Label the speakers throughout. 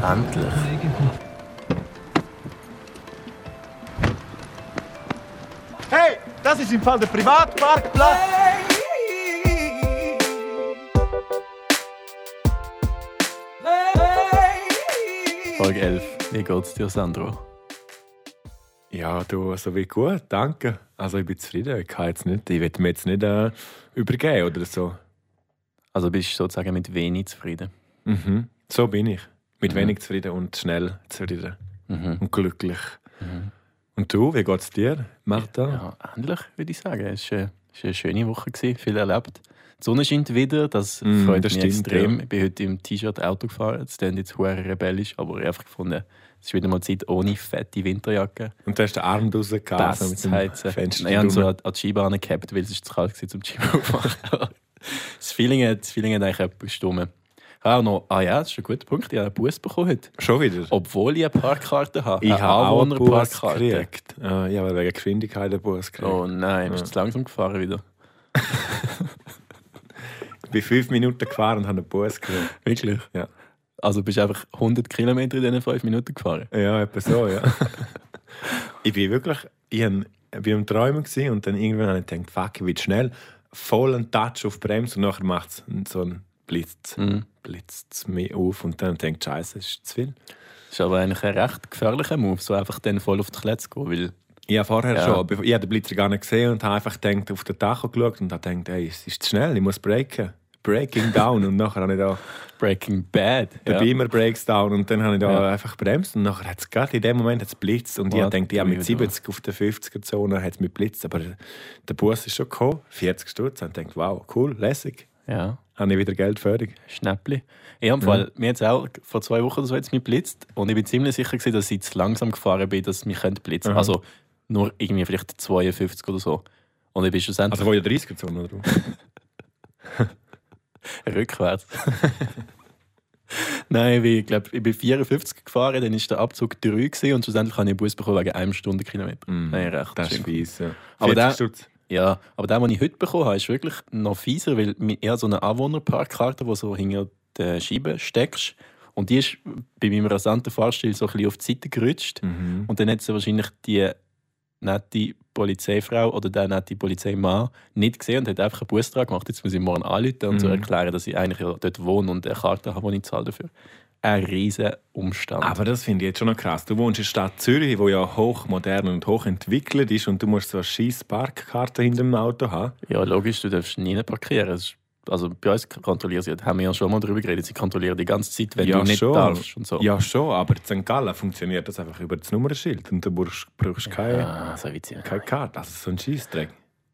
Speaker 1: Endlich.
Speaker 2: Hey, das ist im Fall der Privatparkplatz.
Speaker 1: Folge 11. Wie geht's dir, Sandro?
Speaker 3: Ja, du, also wie gut, danke. Also ich bin zufrieden, ich kann jetzt nicht, ich will mir jetzt nicht äh, übergeben oder so.
Speaker 1: Also bist du sozusagen mit wenig zufrieden?
Speaker 3: Mhm. So bin ich.
Speaker 1: Mhm.
Speaker 3: Mit wenig zufrieden und schnell zufrieden. Und glücklich.
Speaker 1: Mhm.
Speaker 3: Und du, wie geht's dir, Martha?
Speaker 1: Ja, ähnlich würde ich sagen. Es war eine, es war eine schöne Woche, gewesen, viel erlebt. Die Sonne scheint wieder, Mhm, das
Speaker 3: Mm,
Speaker 1: freut
Speaker 3: das
Speaker 1: mich
Speaker 3: stimmt,
Speaker 1: extrem.
Speaker 3: ja.
Speaker 1: Ich bin heute im T-Shirt Auto gefahren, es klingt jetzt sehr rebellisch, aber ich habe einfach gefunden, es ist wieder mal Zeit ohne fette Winterjacke.
Speaker 3: Und du hast den Arm draussen gehabt, so mit
Speaker 1: Passt
Speaker 3: dem
Speaker 1: heizen.
Speaker 3: Fenster
Speaker 1: Ich habe so
Speaker 3: drunter.
Speaker 1: an an die Skibahn gehabt, weil es ist zu kalt war, zum Skibauen machen. das, Feeling hat, das Feeling hat eigentlich etwas stumm. Ah, und noch, ah ja, das ist ein guter Punkt. Ich habe einen Bus bekommen heute.
Speaker 3: Schon
Speaker 1: Oh,
Speaker 3: wieder?
Speaker 1: Obwohl ich eine Parkkarte habe.
Speaker 3: ich
Speaker 1: Eine
Speaker 3: habe Äh, auch einen Bus
Speaker 1: Anwohnerparkkarte.
Speaker 3: gekriegt. Äh, ich habe wegen Geschwindigkeit einen Bus gekriegt.
Speaker 1: Oh nein, bist du zu langsam gefahren wieder?
Speaker 3: Ich bin fünf Minuten gefahren und habe einen Bus gekriegt.
Speaker 1: Wirklich?
Speaker 3: Ja,
Speaker 1: Also bist du einfach 100 Kilometer in diesen 5 Minuten gefahren?
Speaker 3: ja etwa so, ja. ich bin wirklich, ich hab- ich bin am Träumen gewesen und dann irgendwann habe ich gedacht, fuck, ich will schnell. Voll einen Touch auf die Bremse und nachher macht es so einen Blitz. Blitzt es mich auf und dann denkt Scheiße, das ist zu viel.
Speaker 1: Das ist aber eigentlich ein recht gefährlicher Move, so einfach dann voll auf die Kletze gehen, weil
Speaker 3: Ich habe vorher
Speaker 1: Ja.
Speaker 3: schon, aber ich habe den Blitzer gar nicht gesehen und habe einfach gedacht, auf den Tacho geschaut und habe gedacht, ey, es ist zu schnell, ich muss breaken. Breaking down und nachher habe ich da
Speaker 1: Breaking Bad.
Speaker 3: Der Beamer breaks down und dann habe ich da
Speaker 1: Ja.
Speaker 3: einfach bremst und nachher hat es gerade in dem Moment hat's blitzt und ich
Speaker 1: What
Speaker 3: denke, ja,
Speaker 1: do
Speaker 3: mit
Speaker 1: you do?
Speaker 3: 70 auf der 50er Zone hat es mit blitzt, aber der Bus ist schon gekommen, 40 Stutz und denkt, wow, cool, lässig,
Speaker 1: ja.
Speaker 3: habe ich wieder Geld fertig.
Speaker 1: Schnäppli. Ich
Speaker 3: Mhm.
Speaker 1: habe im Fall, mir jetzt auch vor zwei Wochen oder so jetzt mich blitzt und ich bin ziemlich sicher gewesen, dass ich zu langsam gefahren bin, dass mich könnte blitzen.
Speaker 3: Aha.
Speaker 1: Also nur irgendwie vielleicht 52 oder so. Und ich bin schlussendlich
Speaker 3: Also wo in der 30er Zone oder?
Speaker 1: rückwärts. Nein, ich glaube, ich bin 54 gefahren, dann war der Abzug 3 gewesen, und schlussendlich habe ich einen Bus bekommen wegen einem Stundenkilometer. Nein, recht.
Speaker 3: Mhm. Das ist
Speaker 1: schlimm.
Speaker 3: fies, ja.
Speaker 1: Aber
Speaker 3: 40
Speaker 1: der-
Speaker 3: Stutz.
Speaker 1: Ja, aber den, den ich heute bekommen habe, ist wirklich noch fieser, weil eher so eine Anwohnerparkkarte, die so hinter der Scheibe steckst. Und die ist bei meinem rasanten Fahrstil so ein bisschen auf die Seite gerutscht.
Speaker 3: Mhm.
Speaker 1: Und dann hat sie wahrscheinlich die nette Polizeifrau oder der nette Polizeimann nicht gesehen und hat einfach einen Bus dran gemacht. Jetzt muss ich morgen anrufen und so
Speaker 3: Mhm.
Speaker 1: erklären, dass ich eigentlich ja dort wohne und eine Karte habe, die ich zahle dafür. Ein riesen Umstand.
Speaker 3: Aber das finde ich jetzt schon noch krass. Du wohnst in der Stadt Zürich, die ja hochmodern und hochentwickelt ist und du musst so eine scheiß Parkkarte hinter dem Auto haben.
Speaker 1: Ja, logisch, du darfst nie parkieren. Es ist- Also bei uns kontrollieren sie, haben wir ja schon mal darüber geredet, sie kontrollieren die ganze Zeit, wenn du nicht darfst und so.
Speaker 3: Ja, schon, aber in St. Gallen funktioniert das einfach über das Nummernschild und du brauchst, brauchst keine,
Speaker 1: Ah, so witzig.
Speaker 3: keine Karte. Das ist so ein Scheissdreck.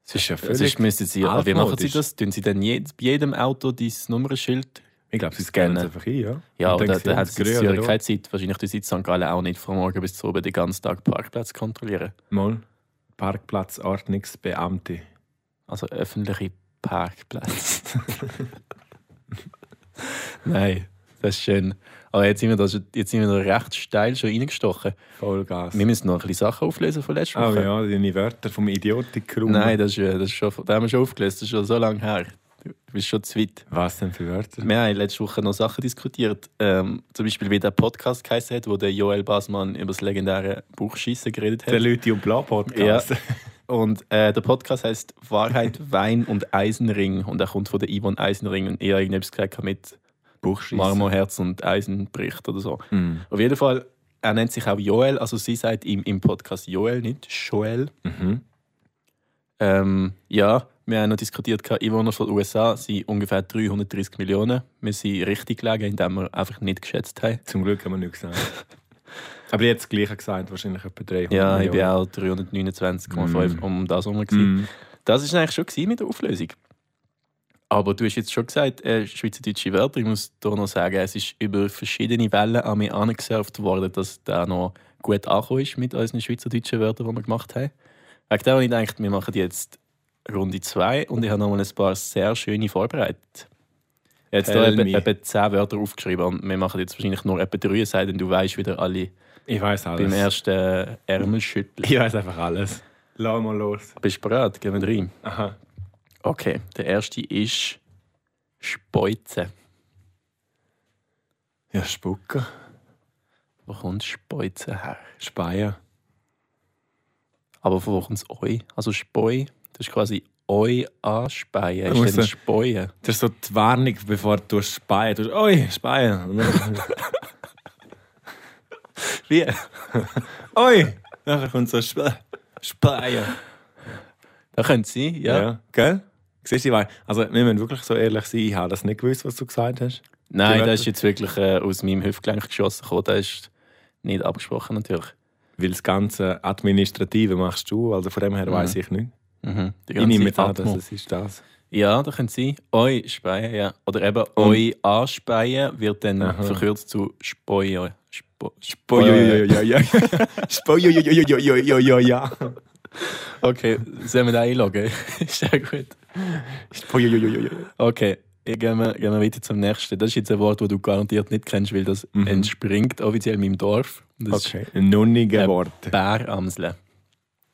Speaker 1: Es ist
Speaker 3: ja
Speaker 1: ja
Speaker 3: völlig
Speaker 1: völlig müssten sie, aber Wie machen sie
Speaker 3: altmodisch.
Speaker 1: das? Tun sie dann je, bei jedem Auto dein Nummernschild?
Speaker 3: Ich glaube, sie scannen es
Speaker 1: Scannen.
Speaker 3: einfach ein, ja?
Speaker 1: Ja,
Speaker 3: Und
Speaker 1: aber
Speaker 3: dann
Speaker 1: da,
Speaker 3: sehen
Speaker 1: da hat
Speaker 3: sie
Speaker 1: sie
Speaker 3: grün
Speaker 1: ja
Speaker 3: oder
Speaker 1: keine Zeit. Wahrscheinlich tun sie in St. Gallen auch nicht von morgen bis zu oben den ganzen Tag Parkplätze kontrollieren.
Speaker 3: rot. Mal, Parkplatzordnungsbeamte.
Speaker 1: Also öffentliche Parkplätze. Nein, das ist schön. Aber jetzt sind wir da, schon- jetzt sind wir da recht steil schon reingestochen.
Speaker 3: Vollgas.
Speaker 1: Wir müssen noch ein bisschen Sachen auflesen von letzter
Speaker 3: Ah
Speaker 1: Woche.
Speaker 3: ja, deine Wörter vom Idiotikrum.
Speaker 1: Nein, das, ist, äh, das, ist schon, das haben wir schon aufgelöst, das ist schon so lange her. Du bist schon zu weit.
Speaker 3: Was denn für Wörter?
Speaker 1: Wir haben letzte Woche noch Sachen diskutiert. Ähm, zum Beispiel, wie der Podcast geheißen hat, wo der Joel Basmann über das legendäre Buchschießen geredet
Speaker 3: Der
Speaker 1: hat.
Speaker 3: Leute und Blau Podcast.
Speaker 1: Und äh, der Podcast heißt Wahrheit, Wein und Eisenring. Und er kommt von der Yvonne Eisenring und eher irgendetwas gesagt hat mit
Speaker 3: Buchschiessen.
Speaker 1: Marmorherz und Eisenbricht oder so.
Speaker 3: Mhm.
Speaker 1: Auf jeden Fall, er nennt sich auch Joel, also sie sagt ihm im Podcast Joel, nicht Joel.
Speaker 3: Mhm.
Speaker 1: Ähm, ja, wir haben noch diskutiert, gehabt, Einwohner von den USA sind ungefähr 330 Millionen. Wir sind richtig gelegen, indem wir einfach nicht geschätzt haben.
Speaker 3: Zum Glück haben wir nichts gesagt. aber jetzt das Gleiche gesagt, wahrscheinlich etwa 300
Speaker 1: Ja, ich bin
Speaker 3: Millionen.
Speaker 1: auch 329,5
Speaker 3: Mm.
Speaker 1: um das herum. gewesen.
Speaker 3: Mhm.
Speaker 1: Das war eigentlich schon gewesen mit der Auflösung. Aber du hast jetzt schon gesagt, äh, schweizerdeutsche Wörter. Ich muss da noch sagen, es ist über verschiedene Wellen an mich angesurft worden, dass da noch gut angekommen ist mit unseren schweizerdeutschen Wörtern, die wir gemacht haben. Wegen dem habe ich gedacht, wir machen jetzt Runde 2 und ich habe noch mal ein paar sehr schöne vorbereitet. Jetzt
Speaker 3: Tell
Speaker 1: habe ich
Speaker 3: me.
Speaker 1: etwa, etwa 10 Wörter aufgeschrieben und wir machen jetzt wahrscheinlich nur etwa 3, es sei denn du weißt wieder alle
Speaker 3: Ich weiß alles.
Speaker 1: beim ersten Ärmelschütteln.
Speaker 3: Ich weiß einfach alles. Lass mal los.
Speaker 1: Bist du bereit? Gehen wir rein.
Speaker 3: Aha.
Speaker 1: Okay, der erste ist Speuze.
Speaker 3: Ja, spucken.
Speaker 1: Wo kommt Speuze her?
Speaker 3: Speyer.
Speaker 1: Aber von wo kommt das Oi? Also Speu, das ist quasi Oi anspeien.
Speaker 3: muss
Speaker 1: Ist dann
Speaker 3: er-
Speaker 1: Speuen.
Speaker 3: Das ist so die Warnung, bevor du Speyer tust. Oi, Speyer. Und dann-
Speaker 1: Wie?
Speaker 3: Oi. Nachher kommt so Spe Speyer.
Speaker 1: Da könnte sein, ja.
Speaker 3: Ja. Gell? Siehst du, ich weiss- also wir müssen wirklich so ehrlich sein, ich habe das nicht gewusst, was du gesagt hast.
Speaker 1: Nein,
Speaker 3: Die
Speaker 1: das ist jetzt wirklich äh, aus meinem Hüftgelenk geschossen gekommen. Das ist nicht abgesprochen natürlich.
Speaker 3: Weil das ganze Administrative machst du, also von dem her weiss ich nicht.
Speaker 1: Mhm. Die
Speaker 3: Ich
Speaker 1: ganze
Speaker 3: nehme jetzt an, dass
Speaker 1: Atmung.
Speaker 3: es ist das.
Speaker 1: Ja, da könnte sein. Oi speien, ja. Oder eben Oi anspeien wird dann
Speaker 3: Aha.
Speaker 1: verkürzt zu Speuen. Spo
Speaker 3: Spojojojojojo. Spojojojojojojojojojo.
Speaker 1: Okay, sollen wir da einloggen? ist ja gut.
Speaker 3: Spojojojojojo.
Speaker 1: Okay, ich gehen wir, gehen wir weiter zum nächsten. Das ist jetzt ein Wort, das du garantiert nicht kennst, weil das entspringt offiziell meinem Dorf. Und Das
Speaker 3: Mhm. Okay. Nunnige
Speaker 1: Ja.
Speaker 3: Worte.
Speaker 1: ist Bäramsle.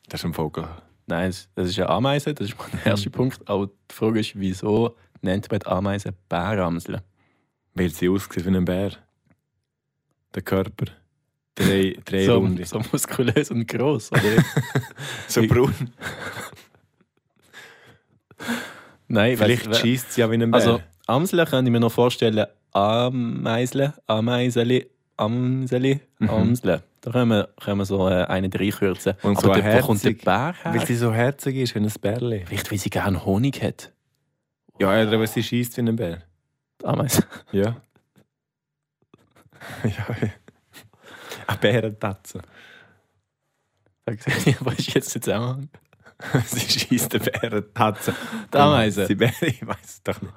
Speaker 3: Das ist ein Vogel.
Speaker 1: Nein, das- das ist eine Ameise, das ist mein
Speaker 3: Mhm.
Speaker 1: erster Punkt. Aber die Frage ist, wieso nennt man die Ameise Bäramsle?
Speaker 3: Weil sie aussieht wie ein Bär. Der Körper. Drei, drei
Speaker 1: So,
Speaker 3: Runde.
Speaker 1: so muskulös und gross. Oder?
Speaker 3: So braun.
Speaker 1: Nein,
Speaker 3: Vielleicht
Speaker 1: weiss-
Speaker 3: schießt sie ja wie ein Bär.
Speaker 1: Also, Amsle kann ich mir noch vorstellen. Ameisle, Ameiseli, Amseli,
Speaker 3: Mhm.
Speaker 1: Amsle. Da können wir, können wir so äh, einen reinkürzen.
Speaker 3: Und so
Speaker 1: Aber dort, wo
Speaker 3: herzig,
Speaker 1: kommt der Bär
Speaker 3: Weil
Speaker 1: her?
Speaker 3: sie so herzig ist wie ein Bärli.
Speaker 1: Vielleicht, weil sie gerne Honig hat.
Speaker 3: Ja, oder aber sie schießt wie ein Bär.
Speaker 1: Die Ameise.
Speaker 3: Ja. ja. Eine Bärentatze.
Speaker 1: Da sehe ich, Was ist jetzt der Zusammenhang?
Speaker 3: sie schießt eine Bärentatze. Hm,
Speaker 1: Die Ameise.
Speaker 3: Sie Bär, ich weiß es doch nicht.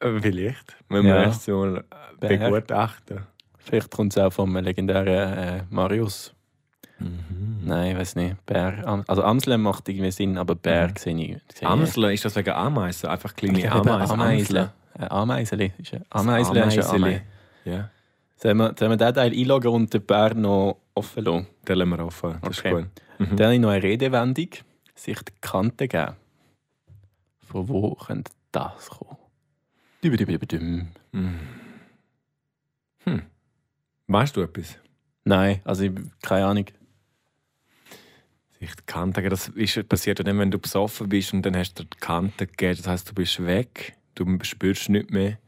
Speaker 3: Aber Äh, Vielleicht. Wenn
Speaker 1: Ja.
Speaker 3: wir erst mal
Speaker 1: Bär.
Speaker 3: begutachten.
Speaker 1: Vielleicht kommt es auch vom legendären äh, Marius.
Speaker 3: Mhm.
Speaker 1: Nein, ich weiß nicht. Bär, Am also Amsle macht irgendwie Sinn, aber Bär sehe ich. sehe ich nicht.
Speaker 3: Amsel, ist das wegen Ameisen? Einfach kleine
Speaker 1: Ja, Mhm. eben,
Speaker 3: Ameisen.
Speaker 1: Ameisle. Äh, Ameiseli. Ist ein-
Speaker 3: Ameisen.
Speaker 1: Ameisle ist ein Ameisle.
Speaker 3: Ja,
Speaker 1: Sollen wir, sollen wir diesen Teil einloggen und den Bär noch offen lassen?
Speaker 3: den lassen wir offen. Das
Speaker 1: Okay.
Speaker 3: ist gut.
Speaker 1: Dann habe ich noch eine Redewendung. Sich die Kante geben. Von wo könnte das kommen? Dübidübidübidüm.
Speaker 3: Mhm. Machst Hm. du etwas?
Speaker 1: Nein, also ich, keine Ahnung.
Speaker 3: Sich die Kante geben. Das ist passiert ja dann, wenn du besoffen bist und dann hast du dir die Kante gegeben. Das heisst, du bist weg, du spürst nichts mehr.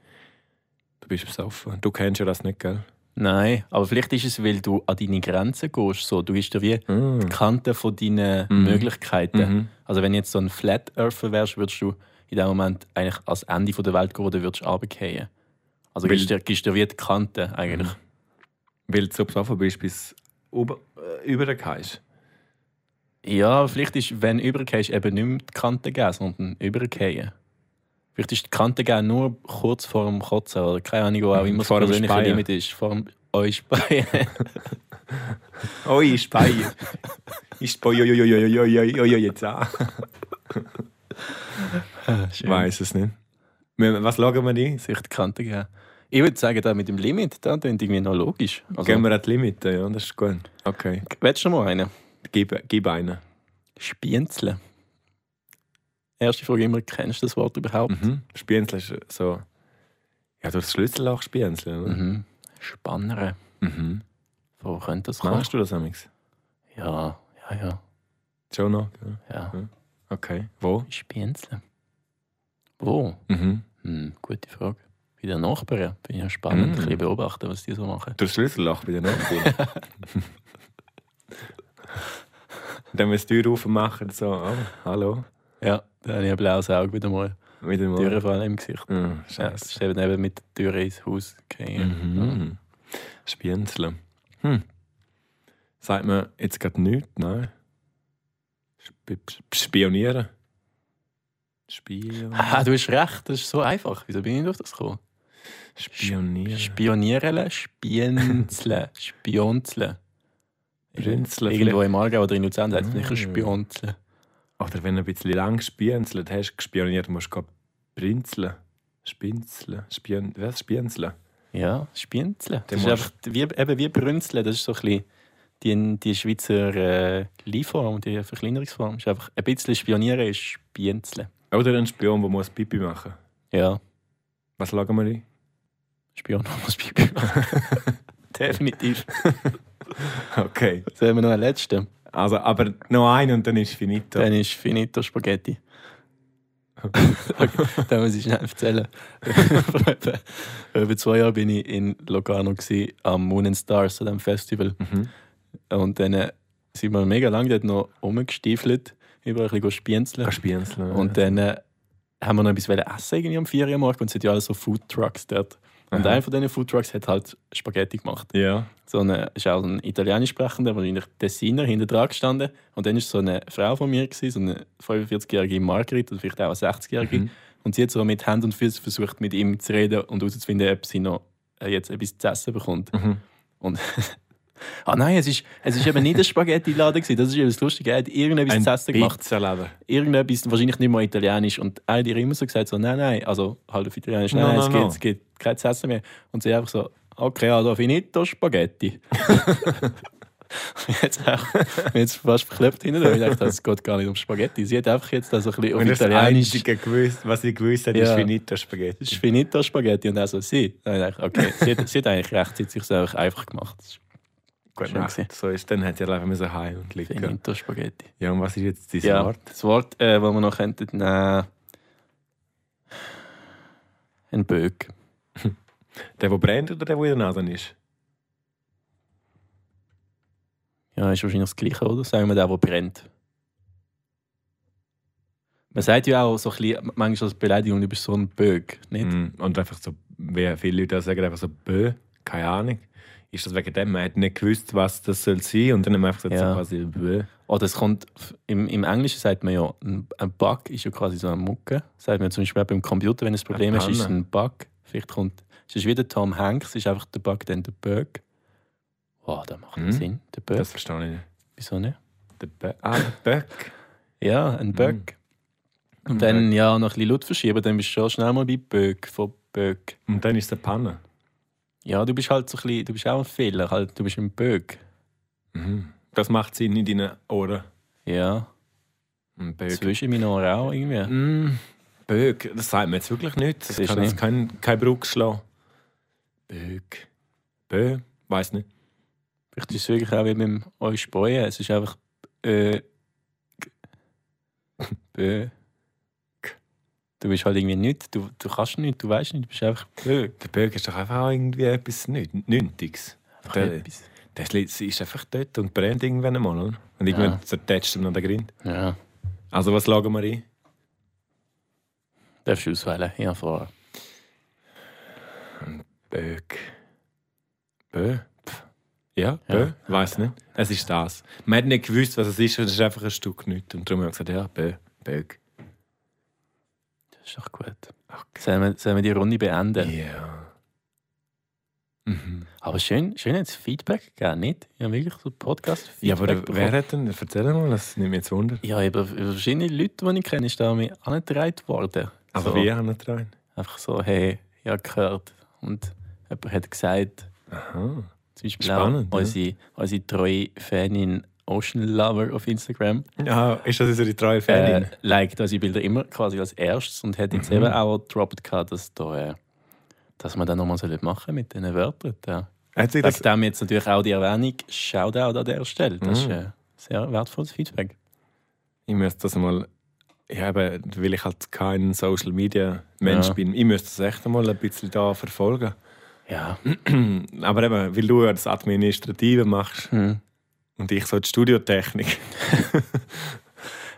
Speaker 3: Du bist besoffen. Du kennst ja das nicht, gell?
Speaker 1: Nein, aber vielleicht ist es, weil du an deine Grenzen gehst. So. Du bist ja wie die Kante von deinen
Speaker 3: Mhm.
Speaker 1: Möglichkeiten. Also wenn jetzt so ein Flat Earther wärst, würdest du in dem Moment eigentlich ans Ende von der Welt gehen oder würdest runterfallen. Also
Speaker 3: Weil-
Speaker 1: gibst dir, gibst dir wie die Kante eigentlich.
Speaker 3: Weil du so besoffen bist, bis ober, äh, über den Kais. Mhm.
Speaker 1: Ja, vielleicht ist, wenn du übergehst, eben nicht mehr die Kante geben, sondern übergehen. Vielleicht ist die Kante geben nur kurz vor dem Kotzen oder keine Ahnung, wo auch immer das
Speaker 3: Mhm. vor dem
Speaker 1: persönliche
Speaker 3: Speien.
Speaker 1: Limit ist. Vor dem euch Speien.
Speaker 3: Oh, ich speie. ich speie, oi, oi, oi, oi, oi, oi, oi, oi, jetzt an. Ich weiß es nicht. Also- Wir- Was schauen wir ein?
Speaker 1: Sich die Kante geben. Ich würde sagen, da mit dem Limit, da klingt irgendwie noch logisch. Also,
Speaker 3: Gehen wir an die Limite, ja, das ist gut. Okay.
Speaker 1: willst du noch mal einen?
Speaker 3: Gib, gib einen.
Speaker 1: Spienzeln. Erste Frage immer, kennst du das Wort überhaupt?
Speaker 3: Mhm. Spienzel ist so. Ja, du hast das Schlüsselloch Spienzel, oder?
Speaker 1: Mhm. Spannere.
Speaker 3: Mhm.
Speaker 1: Wo könnte das kommen?
Speaker 3: Machst du das amix?
Speaker 1: Ja, ja, ja.
Speaker 3: Schon noch? Ja.
Speaker 1: ja.
Speaker 3: Okay. Wo?
Speaker 1: Spienzeln. Wo?
Speaker 3: Mhm.
Speaker 1: Hm, gute Frage. Bei den Nachbarn bin ich ja spannend, ein bisschen beobachten, was die so machen.
Speaker 3: Durch das Schlüsselloch bei ne? den Nachbarn. Dann müssen wir die Tür aufmachen, so, oh, hallo,
Speaker 1: Ja, da habe ich ein blaues Auge wieder mal.
Speaker 3: wieder mal.
Speaker 1: Türen fallen im Gesicht.
Speaker 3: Mhm,
Speaker 1: Ja,
Speaker 3: Scheiße.
Speaker 1: das ist eben eben mit der Tür ins Haus gegangen.
Speaker 3: Mhm. Spienzeln. Hm. Sagt man jetzt gerade nichts? Nein. Sp sp- spionieren. Spion
Speaker 1: Ah, du hast recht, das ist so einfach. Wieso bin ich nicht auf das gekommen?
Speaker 3: Spionieren.
Speaker 1: Spionieren, Spienzeln, Spionzeln.
Speaker 3: Sprinzeln
Speaker 1: Irgendwo im Allgäu oder in Luzern sagt es nicht
Speaker 3: Mm.
Speaker 1: Spionzeln.
Speaker 3: Oder wenn du ein bisschen lang gespienzelt hast, gespioniert, musst du gehen prinzeln. Spinzeln. Spion was? Spienzeln.
Speaker 1: Ja, Spienzeln. Das
Speaker 3: Dann
Speaker 1: ist einfach
Speaker 3: musst-
Speaker 1: wie, eben wie Brünzeln, das ist so ein bisschen die, die Schweizer äh, Leihform, die Verkleinerungsform. Ist einfach ein bisschen Spionieren ist Spienzeln.
Speaker 3: Oder ein Spion, der muss Pipi machen
Speaker 1: Ja,
Speaker 3: Was schauen wir rein?
Speaker 1: Spion muss Pipi machen. Definitiv.
Speaker 3: Okay.
Speaker 1: Jetzt haben wir noch einen letzten.
Speaker 3: Also, aber noch einen und dann ist finito.
Speaker 1: Dann ist finito Spaghetti. okay, dann muss ich schnell erzählen. Vor etwa- Über zwei Jahre bin ich in Locarno gewesen, am Moon and Stars, an diesem Festival.
Speaker 3: Mhm.
Speaker 1: Und dann äh, sind wir mega lang dort noch rumgestiefelt, überall ein bisschen spienzeln.
Speaker 3: Spienzeln.
Speaker 1: Und dann äh, haben wir noch etwas wollen essen irgendwie am 4 Uhr morgens und es sind ja alle so Foodtrucks dort. Und
Speaker 3: Aha.
Speaker 1: einer von diesen Foodtrucks hat halt Spaghetti gemacht.
Speaker 3: Ja.
Speaker 1: So eine, ist auch so ein italienisch sprechender, wahrscheinlich Tessiner, hinter dran gestanden. Und dann war so eine Frau von mir, gewesen, so eine 45-jährige Margrit, oder vielleicht auch eine 60-jährige.
Speaker 3: Mhm.
Speaker 1: Und sie hat so mit Händen und Füßen versucht, mit ihm zu reden und herauszufinden, ob sie noch äh, jetzt etwas zu essen bekommt.
Speaker 3: Mhm.
Speaker 1: Und ah nein, es ist, es ist eben nicht ein Spaghetti-Laden gewesen. Das ist eben das Lustige. Er hat irgendetwas zu essen gemacht
Speaker 3: Pizzaläden.
Speaker 1: irgendetwas, wahrscheinlich nicht mal italienisch. Und er hat ihr immer so gesagt, so, nein, nein, also halt auf italienisch, nein,
Speaker 3: No,
Speaker 1: nein,
Speaker 3: no,
Speaker 1: es,
Speaker 3: no.
Speaker 1: Gibt, es gibt kein zu Essen mehr. Und sie einfach so, okay, also finito Spaghetti. jetzt auch, bin jetzt fast verklebt hinten, weil ich dachte, es geht gar nicht um Spaghetti. Sie hat einfach jetzt das ein bisschen auf
Speaker 3: Und das
Speaker 1: italienisch,
Speaker 3: Einzige, gewusst, was ich gewusst habe, ist
Speaker 1: Ja.
Speaker 3: finito Spaghetti.
Speaker 1: ist finito Spaghetti und er so, sie. Und ich dachte, okay, sie hat, sie hat eigentlich recht, sie hat sich einfach einfach gemacht. Das ist
Speaker 3: Gut,
Speaker 1: Schön gewesen.
Speaker 3: nein, so ist dann hat er einfach müssen heim und liegen.
Speaker 1: Finito Spaghetti.
Speaker 3: Ja, und was ist jetzt dein
Speaker 1: Ja,
Speaker 3: Wort?
Speaker 1: das Wort, äh, das wir noch könnten, äh, nehmen. Ein Böck.
Speaker 3: Der, der brennt oder der, der in der Nase ist?
Speaker 1: Ja, ist wahrscheinlich das Gleiche, oder? Sagen wir der, der brennt. Man sagt ja auch so ein bisschen, manchmal als Beleidigung, du bist so ein Böck, nicht?
Speaker 3: Mm, Und einfach so, wie viele Leute auch sagen, einfach so, bö, keine Ahnung. Ist das wegen dem? Man hat nicht gewusst, was das soll sein und dann haben wir einfach gesagt,
Speaker 1: Ja.
Speaker 3: so quasi, bö.
Speaker 1: Oder es kommt, im, im Englischen sagt man ja, ein ein Bug ist ja quasi so eine Mucke. Sagt man zum Beispiel auch beim Computer, wenn es ein Problem
Speaker 3: Eine
Speaker 1: ist, ist es
Speaker 3: Panne.
Speaker 1: ein Bug. Vielleicht kommt, es ist wieder Tom Hanks, ist einfach der Bug, dann der Böck. Wow, das macht
Speaker 3: Mhm.
Speaker 1: Sinn, der Böck.
Speaker 3: Das verstehe ich nicht.
Speaker 1: Wieso nicht?
Speaker 3: Der Bö ah, der Böck.
Speaker 1: Ja,
Speaker 3: Mhm.
Speaker 1: ein Böck. Und dann ja noch ein bisschen Laut verschieben, dann bist du schon schnell mal bei Böck, von Böck.
Speaker 3: Und dann ist der Panne.
Speaker 1: Ja, du bist halt so ein bisschen, du bist auch ein Fehler, halt, du bist ein Böck.
Speaker 3: Mhm. Das macht Sinn in deinen Ohren.
Speaker 1: Ja,
Speaker 3: Ein Böck.
Speaker 1: zwischen meinen Ohren auch irgendwie.
Speaker 3: Mm, Böck, das sagt mir jetzt wirklich nicht. Das
Speaker 1: ist
Speaker 3: kann jetzt kein, kein Brug schlagen. Böck. Bö, weiß nicht.
Speaker 1: Vielleicht ist es wirklich auch wie beim euch Speuen, es ist einfach äh, g- Bö. Du bist halt irgendwie nichts, du, du kannst nichts, du weißt nicht, du bist einfach
Speaker 3: Böck. Der Böck ist doch einfach auch irgendwie etwas Nüt- Nütiges. Der,
Speaker 1: etwas.
Speaker 3: der schli- ist einfach dort und brennt irgendwann einmal. Oder? Und irgendwann
Speaker 1: Ja.
Speaker 3: zertätscht ihm noch der Grind.
Speaker 1: Ja,
Speaker 3: Also, was lagen wir ein?
Speaker 1: darfst du auswählen, ja, vorher.
Speaker 3: Böck. Bö? Pff. Ja, Bö? Weiß nicht. Es ist das. Man hat nicht gewusst, was es ist, und es ist einfach ein Stück nichts. Und darum haben wir gesagt, ja, Bö, Böck.
Speaker 1: Das ist doch gut. Sollen wir, sollen wir die Runde beenden?
Speaker 3: Ja. Mhm.
Speaker 1: Aber schön, schön jetzt Feedback gegeben, nicht? Ja, wirklich so Podcast-Feedback.
Speaker 3: Ja, aber
Speaker 1: bekommen.
Speaker 3: wer hat denn, erzähl mal, das nimmt mich jetzt Wunder.
Speaker 1: Ja, eben über verschiedene Leute, die ich kenne, ist da an mich angetragen worden.
Speaker 3: Aber
Speaker 1: so,
Speaker 3: wir haben nicht rein.
Speaker 1: Einfach so, hey, ich habe gehört. Und jemand hat gesagt,
Speaker 3: Aha.
Speaker 1: zum Beispiel
Speaker 3: Spannend,
Speaker 1: auch
Speaker 3: ja.
Speaker 1: unsere, unsere treue Fanin Ocean Lover auf Instagram,
Speaker 3: Ja, ist das unsere treue Fanin? Mhm.
Speaker 1: äh, liked unsere Bilder immer quasi als erstes und hat jetzt eben auch gedroppt, gehabt, dass, da, äh, dass man das nochmal machen sollen mit diesen Wörtern. Da.
Speaker 3: hat sie
Speaker 1: Wegen
Speaker 3: das,
Speaker 1: dem jetzt natürlich auch die Erwähnung, Shoutout an der Stelle. Das ist
Speaker 3: Mhm.
Speaker 1: äh, sehr wertvolles Feedback.
Speaker 3: ich müsste das mal, ja, eben, weil ich halt kein Social Media Mensch
Speaker 1: Ja.
Speaker 3: bin, ich müsste das echt mal ein bisschen da verfolgen.
Speaker 1: Ja,
Speaker 3: Aber eben, weil du ja das Administrative machst
Speaker 1: Mhm.
Speaker 3: und ich so die Studiotechnik.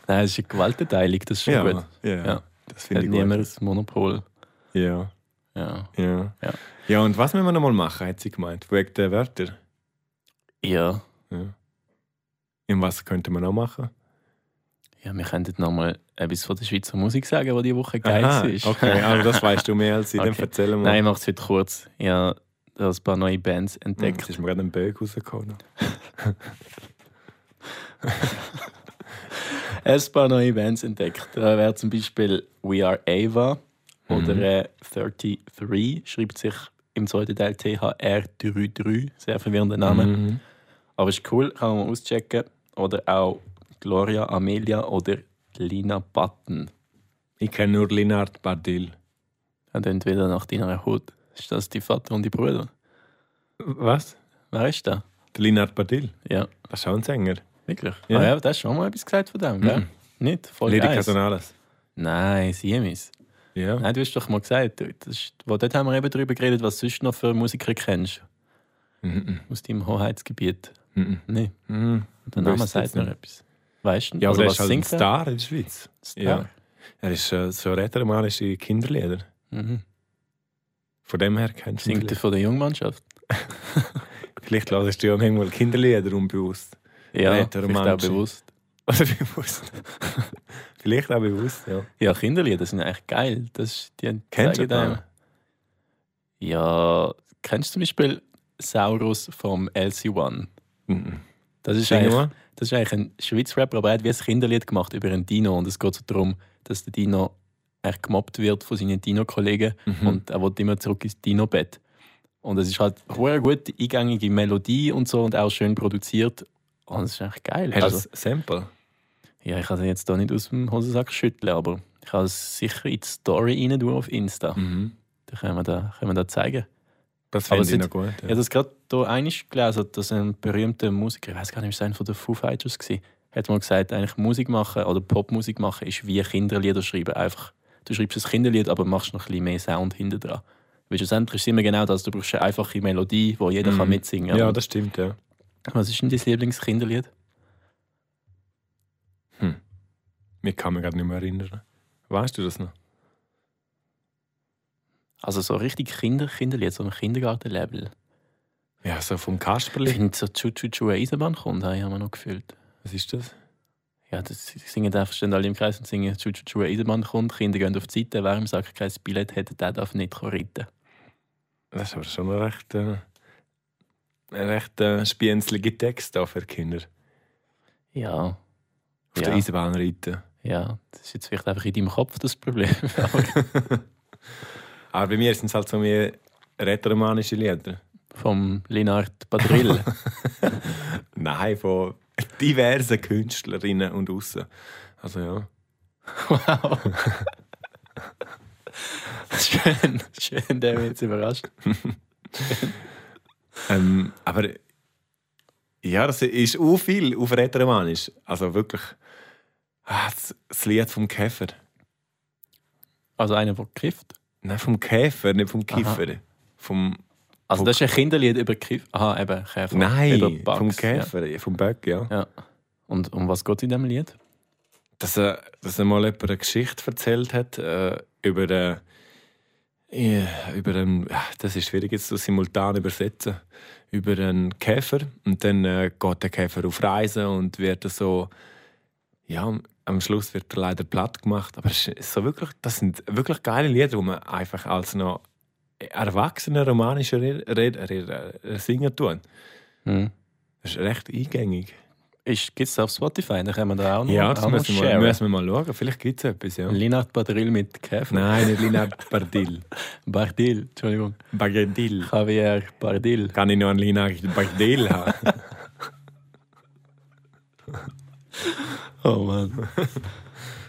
Speaker 1: nein, es ist eine Gewaltenteilung, das ist schon gut.
Speaker 3: ja,
Speaker 1: Ja.
Speaker 3: das
Speaker 1: Hat
Speaker 3: finde ich gut.
Speaker 1: niemand das Monopol.
Speaker 3: Ja,
Speaker 1: Ja.
Speaker 3: ja.
Speaker 1: Ja.
Speaker 3: Ja, und was müssen wir nochmal machen, hat sie gemeint, wegen der Wörter.
Speaker 1: Ja.
Speaker 3: Ja. Und was könnte man noch machen?
Speaker 1: ja, wir könnten noch mal etwas von der Schweizer Musik sagen, die diese Woche geil
Speaker 3: Aha,
Speaker 1: war.
Speaker 3: Okay, aber das weißt du mehr als ich, dann
Speaker 1: Okay.
Speaker 3: erzähl mal.
Speaker 1: Nein, ich mache es heute kurz. Ich habe ein paar neue Bands entdeckt.
Speaker 3: Jetzt ist mir gerade ein Böck rausgekommen.
Speaker 1: Ein paar neue Bands entdeckt. Da wäre zum Beispiel We Are Ava oder
Speaker 3: Mhm.
Speaker 1: äh, 33, schreibt sich im zweiten Teil THR33. Sehr verwirrender Name.
Speaker 3: Mhm.
Speaker 1: Aber ist cool, kann man auschecken. Oder auch Gloria Amelia oder Lina Button.
Speaker 3: Ich kenne nur Linard Bardil.
Speaker 1: Und entweder nach deiner Hut. Ist das die Vater und die Brüder?
Speaker 3: Was?
Speaker 1: Wer ist der?
Speaker 3: Der Linard Badil.
Speaker 1: Ja,
Speaker 3: Das ist auch ein Sänger.
Speaker 1: wirklich.
Speaker 3: Ja. Mhm.
Speaker 1: Ah ja, das hast schon mal etwas gesagt von dem, gell? Nicht? Mhm. Voll
Speaker 3: Lyrica
Speaker 1: geil.
Speaker 3: Sonales.
Speaker 1: Nein, Siemis.
Speaker 3: Ja.
Speaker 1: Nein, du hast doch mal gesagt, das ist, wo, dort haben wir eben darüber geredet, was du sonst noch für Musiker kennst.
Speaker 3: Mhm.
Speaker 1: Aus deinem Hoheitsgebiet.
Speaker 3: Mhm.
Speaker 1: Nein,
Speaker 3: Mhm.
Speaker 1: der Name
Speaker 3: Weiss
Speaker 1: sagt
Speaker 3: jetzt
Speaker 1: mir
Speaker 3: nicht.
Speaker 1: etwas. Weißt du?
Speaker 3: Ja,
Speaker 1: also,
Speaker 3: aber er
Speaker 1: was
Speaker 3: ist halt ein
Speaker 1: singt er?
Speaker 3: Star in der Schweiz.
Speaker 1: Star.
Speaker 3: Ja. Er ist äh, so rätoromalische Kinderlieder.
Speaker 1: Mhm.
Speaker 3: Von dem her kennst du ihn
Speaker 1: Singt er von der Jungmannschaft?
Speaker 3: Vielleicht hörst du ja manchmal Kinderlieder unbewusst.
Speaker 1: Ja,
Speaker 3: Redet er
Speaker 1: vielleicht auch
Speaker 3: Mannschaft?
Speaker 1: bewusst.
Speaker 3: Oder bewusst. Vielleicht auch bewusst, ja.
Speaker 1: Ja, Kinderlieder sind eigentlich geil. Das ist, die
Speaker 3: Kennst du
Speaker 1: zeigen einem-
Speaker 3: den?
Speaker 1: Ja, kennst du zum Beispiel Saurus vom LC1?
Speaker 3: Mhm.
Speaker 1: Das ist,
Speaker 3: Singen
Speaker 1: eigentlich,
Speaker 3: wir?
Speaker 1: das ist eigentlich ein Schweizer Rapper, aber er hat wie ein Kinderlied gemacht über einen Dino. Und es geht so darum, dass der Dino eigentlich gemobbt wird von seinen Dino-Kollegen
Speaker 3: Mhm.
Speaker 1: und er will immer zurück ins Dino-Bett. Und es ist halt eine gute, eingängige Melodie und so und auch schön produziert. Und es ist echt geil.
Speaker 3: Hast du
Speaker 1: Also,
Speaker 3: das Sample?
Speaker 1: ja, ich kann den jetzt da nicht aus dem Hosensack schütteln, aber ich kann es sicher in die Story rein tun auf Insta. Da können wir da, können wir da zeigen.
Speaker 3: Das
Speaker 1: Aber
Speaker 3: finde ich
Speaker 1: sind-
Speaker 3: noch gut.
Speaker 1: Ich
Speaker 3: Ja.
Speaker 1: habe das Also gerade hier einig gelesen, also, dass ein berühmter Musiker, ich weiß gar nicht, ist einer von den Foo Fighters war, hat mal gesagt, eigentlich Musik machen oder Popmusik machen ist wie Kinderlieder schreiben. Einfach, du schreibst ein Kinderlied, aber machst noch ein bisschen mehr Sound hinter dran. Weil schlussendlich ist es immer genau das, du brauchst eine einfache Melodie, die jeder kann mitsingen kann.
Speaker 3: Mhm. ja, das stimmt, ja.
Speaker 1: Was ist denn dein Lieblingskinderlied?
Speaker 3: Mir kann mich gerade nicht mehr erinnern. Weißt du das noch?
Speaker 1: Also so richtig Kinder, Kinderlied, so ein Kindergarten-Level.
Speaker 3: Ja, so vom
Speaker 1: Ich
Speaker 3: Kasperli.
Speaker 1: finde so Chu-Chu-Chu Eisenbahn kommt, habe ich immer noch gefühlt.
Speaker 3: Was ist das?
Speaker 1: Ja, das singen einfach stehen alle im Kreis und singen «Tschu, tschu, tschu, Eisenbahn kommt, Kinder gehen auf die Seite, wer im Sack kein Billett hätte, der darf nicht kommen reiten.»
Speaker 3: Das ist aber schon ein recht, äh, ein recht äh, spienzliger Text da für Kinder.
Speaker 1: Ja,
Speaker 3: Auf
Speaker 1: Ja.
Speaker 3: der Eisenbahn reiten.
Speaker 1: ja, das ist jetzt vielleicht einfach in deinem Kopf das Problem. Aber
Speaker 3: Aber bei mir sind es halt so mehr rätoromanische Lieder.
Speaker 1: vom Linard Badrill.
Speaker 3: Nein, von diversen Künstlerinnen und aussen. Also ja.
Speaker 1: wow. schön, schön, der mich jetzt überrascht.
Speaker 3: Ähm, aber ja, das ist u viel auf rätoromanisch. Also wirklich ah, das, das Lied vom Käfer.
Speaker 1: Also einer, der kifft.
Speaker 3: Nein, vom Käfer, nicht vom Kiefer. Vom,
Speaker 1: Also
Speaker 3: Vom-
Speaker 1: das ist ein Kinderlied über Kiff. Aha, eben, Käfer. über
Speaker 3: nein,
Speaker 1: Bugs,
Speaker 3: vom Käfer, vom Böck, ja.
Speaker 1: Ja. ja. Und um was geht in diesem Lied?
Speaker 3: dass er, dass er mal jemand eine Geschichte erzählt hat äh, über äh, ja, über einen, ah, das ist schwierig jetzt so simultan übersetzen, über einen Käfer und dann äh, geht der Käfer auf Reisen und wird er so, ja, am- am Schluss wird er leider platt gemacht, aber es ist so wirklich, das sind wirklich geile Lieder, wo man einfach als noch erwachsener romanischer Re- Re- Re- Re- Singer tun.
Speaker 1: Hm.
Speaker 3: Das ist recht eingängig.
Speaker 1: Gibt es auf Spotify? Dann können wir da auch noch
Speaker 3: Ja, das
Speaker 1: auch noch
Speaker 3: müssen wir,
Speaker 1: sharen.
Speaker 3: müssen wir mal schauen. Vielleicht gibt es etwas, ja.
Speaker 1: Linard Badril mit Käfer.
Speaker 3: Nein, nicht Lina Bardil.
Speaker 1: Bardil, Entschuldigung.
Speaker 3: Bagadil.
Speaker 1: Javier Bardil.
Speaker 3: Kann ich noch einen Lina Bardil haben?
Speaker 1: Oh Mann.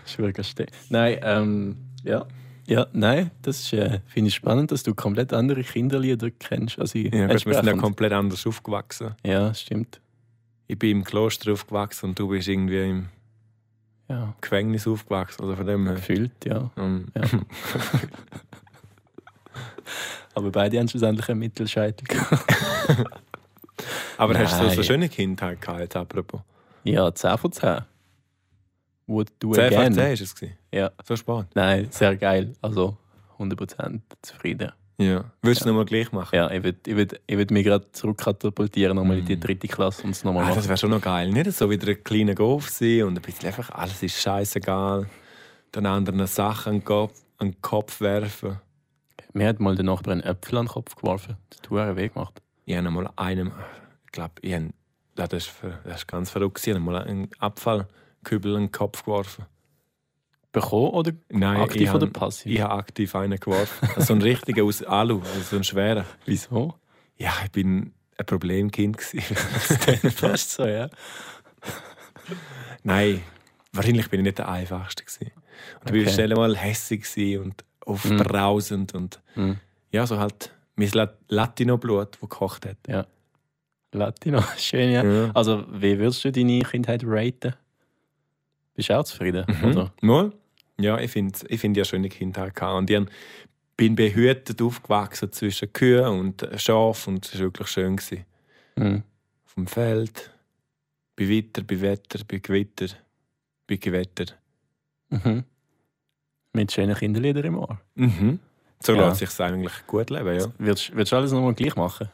Speaker 1: Schwieriger Ste. Nein, ähm, ja. Ja, nein, das ist, äh, finde ich spannend, dass du komplett andere Kinderlieder kennst als ich.
Speaker 3: Ja, gut, wir sind ja
Speaker 1: entsprechend.
Speaker 3: komplett anders aufgewachsen.
Speaker 1: ja, stimmt.
Speaker 3: Ich bin im Kloster aufgewachsen und du bist irgendwie im
Speaker 1: Ja,
Speaker 3: Gefängnis aufgewachsen. Also von dem her.
Speaker 1: gefühlt, ja.
Speaker 3: Ähm,
Speaker 1: ja. Aber beide haben schlussendlich einen Mittelscheitel gehabt.
Speaker 3: Aber hast du so, so
Speaker 1: Nein.
Speaker 3: eine schöne Kindheit gehabt, jetzt apropos?
Speaker 1: Ja, 10 von 10. Would do
Speaker 3: 10 von
Speaker 1: again.
Speaker 3: 10 ist es. gewesen.
Speaker 1: Ja.
Speaker 3: So spannend.
Speaker 1: Nein, sehr geil. Also 100% zufrieden.
Speaker 3: Ja. Würdest du nochmal gleich machen?
Speaker 1: Ja, ich würde ich würd, ich würd mich gerade zurückkatapultieren, nochmal in die dritte Klasse und es nochmal
Speaker 3: Mm. Ah,
Speaker 1: machen.
Speaker 3: das wäre schon noch geil. Nicht so wieder ein kleiner Golf sein und ein bisschen einfach alles ist scheißegal. Den anderen Sachen an den Kopf, an den Kopf werfen.
Speaker 1: Mir hat mal der Nachbar einen Äpfel an den Kopf geworfen. Das hat einen Weg gemacht.
Speaker 3: Ich habe mal einem, ich glaube, ich habe, ja, das, ist, ver- das ist ganz verrückt, gewesen. ich habe mal einen Abfallkübel in den Kopf geworfen.
Speaker 1: Bekommen oder
Speaker 3: Nein,
Speaker 1: aktiv
Speaker 3: ich
Speaker 1: oder
Speaker 3: habe,
Speaker 1: passiv?
Speaker 3: ich habe aktiv einen geworfen. Also so einen richtigen aus Alu, also so einen schweren.
Speaker 1: Wieso?
Speaker 3: Ja, ich bin ein Problemkind. gewesen.
Speaker 1: Fast so, ja.
Speaker 3: Nein, wahrscheinlich bin ich nicht der Einfachste. Gewesen. Und ich
Speaker 1: Okay.
Speaker 3: war schnell mal hässig gewesen und aufbrausend. Und
Speaker 1: Mhm.
Speaker 3: ja, so halt mein Lat- Latino-Blut, das gekocht hat.
Speaker 1: Ja. Latino, schön, ja.
Speaker 3: Ja.
Speaker 1: Also, wie würdest du deine Kindheit raten? Bist du auch zufrieden?
Speaker 3: Mhm.
Speaker 1: Oder?
Speaker 3: Mal? Ja, ich finde ich find, ich habe eine schöne Kindheit gehabt. Und ich hab- bin behütet aufgewachsen zwischen Kühen und Schaf und es war wirklich schön. Gewesen.
Speaker 1: Mhm.
Speaker 3: Auf dem Feld, bei Witter, bei Wetter, bei Gewitter, bei Gewitter.
Speaker 1: Mhm. Mit schönen Kinderliedern im Ohr.
Speaker 3: Mhm. So
Speaker 1: Ja.
Speaker 3: lässt sich es eigentlich gut leben, ja.
Speaker 1: Würdest, würdest du alles nochmal gleich machen?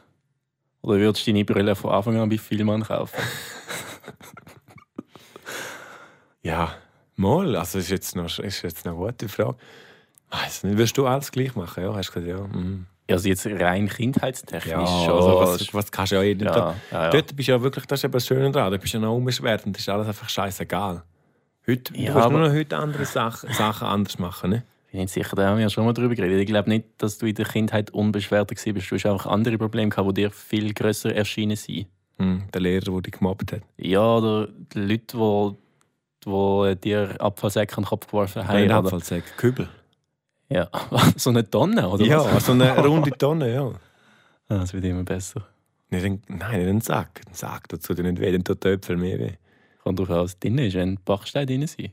Speaker 1: Oder würdest du deine Brille von Anfang an bei Filmen kaufen?
Speaker 3: Ja, mal. Also ist jetzt noch, ist jetzt eine gute Frage. Weiß nicht, wirst du alles gleich machen? Ja, hast du gesagt, ja. Mhm.
Speaker 1: Also jetzt rein kindheitstechnisch
Speaker 3: Ja,
Speaker 1: schon.
Speaker 3: also was, was kannst du ja jeden Tag.
Speaker 1: ja, ja, ja.
Speaker 3: Dort bist du ja wirklich, das ist eben das Schöne dran, da bist du ja noch unbeschwert und das ist alles einfach scheißegal. Heute,
Speaker 1: Ja,
Speaker 3: du kannst
Speaker 1: aber-
Speaker 3: nur noch heute andere Sachen, Sachen anders machen, ne?
Speaker 1: Bin nicht sicher, da haben wir ja schon mal drüber geredet. Ich glaube nicht, dass du in der Kindheit unbeschwerter warst. Du hast einfach andere Probleme gehabt, die dir viel grösser erschienen sind.
Speaker 3: Hm, der Lehrer, der dich gemobbt hat.
Speaker 1: Ja, oder die Leute, die wo dir Abfallsäcke an den Kopf geworfen haben.
Speaker 3: Nein,
Speaker 1: oder-
Speaker 3: Abfallsäcke, Kübel.
Speaker 1: Ja, so eine Tonne,
Speaker 3: Also,
Speaker 1: oder was?
Speaker 3: Ja, so eine runde Tonne, ja.
Speaker 1: Ah, Das wird immer besser.
Speaker 3: Nicht ein, nein, nicht ein Sack. Ein Sack dazu tut nicht weh, dann tut der Äpfel mehr weh.
Speaker 1: Kommt drauf an, was drin ist, wenn Bachstein drin sind.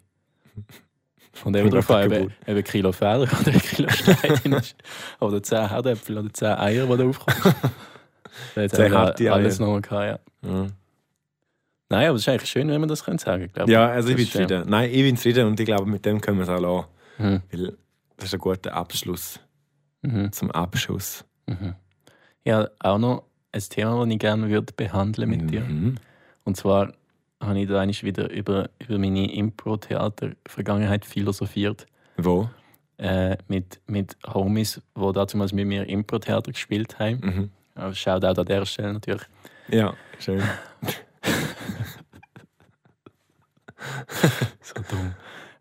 Speaker 1: Und eben drauf an, eben, eben ein Kilo Fehler oder ein Kilo Stein drin ist. Oder 10 Herdäpfel oder 10 Eier, die da aufkommen. Jetzt
Speaker 3: Zehn
Speaker 1: haben wir
Speaker 3: harte Eier.
Speaker 1: alles nochmal gehabt, ja.
Speaker 3: Ja.
Speaker 1: Nein, aber es ist eigentlich schön, wenn man das sagen kann, glaube ich.
Speaker 3: Ja, also
Speaker 1: Das
Speaker 3: ich bin
Speaker 1: ist schön.
Speaker 3: zufrieden. Nein, ich bin zufrieden und ich glaube, mit dem können wir es auch lassen.
Speaker 1: Mhm.
Speaker 3: Weil das ist ein guter Abschluss
Speaker 1: Mhm.
Speaker 3: zum Abschuss.
Speaker 1: Mhm. Ja, auch noch ein Thema, das ich gerne würde behandeln mit dir.
Speaker 3: Mhm.
Speaker 1: Und zwar habe ich da eigentlich wieder über, über meine Impro-Theater-Vergangenheit philosophiert.
Speaker 3: Wo?
Speaker 1: Äh, mit, mit Homies, die damals mit mir Impro-Theater gespielt haben.
Speaker 3: Mhm.
Speaker 1: Also Shoutout an dieser Stelle natürlich.
Speaker 3: Ja, schön.
Speaker 1: So dumm.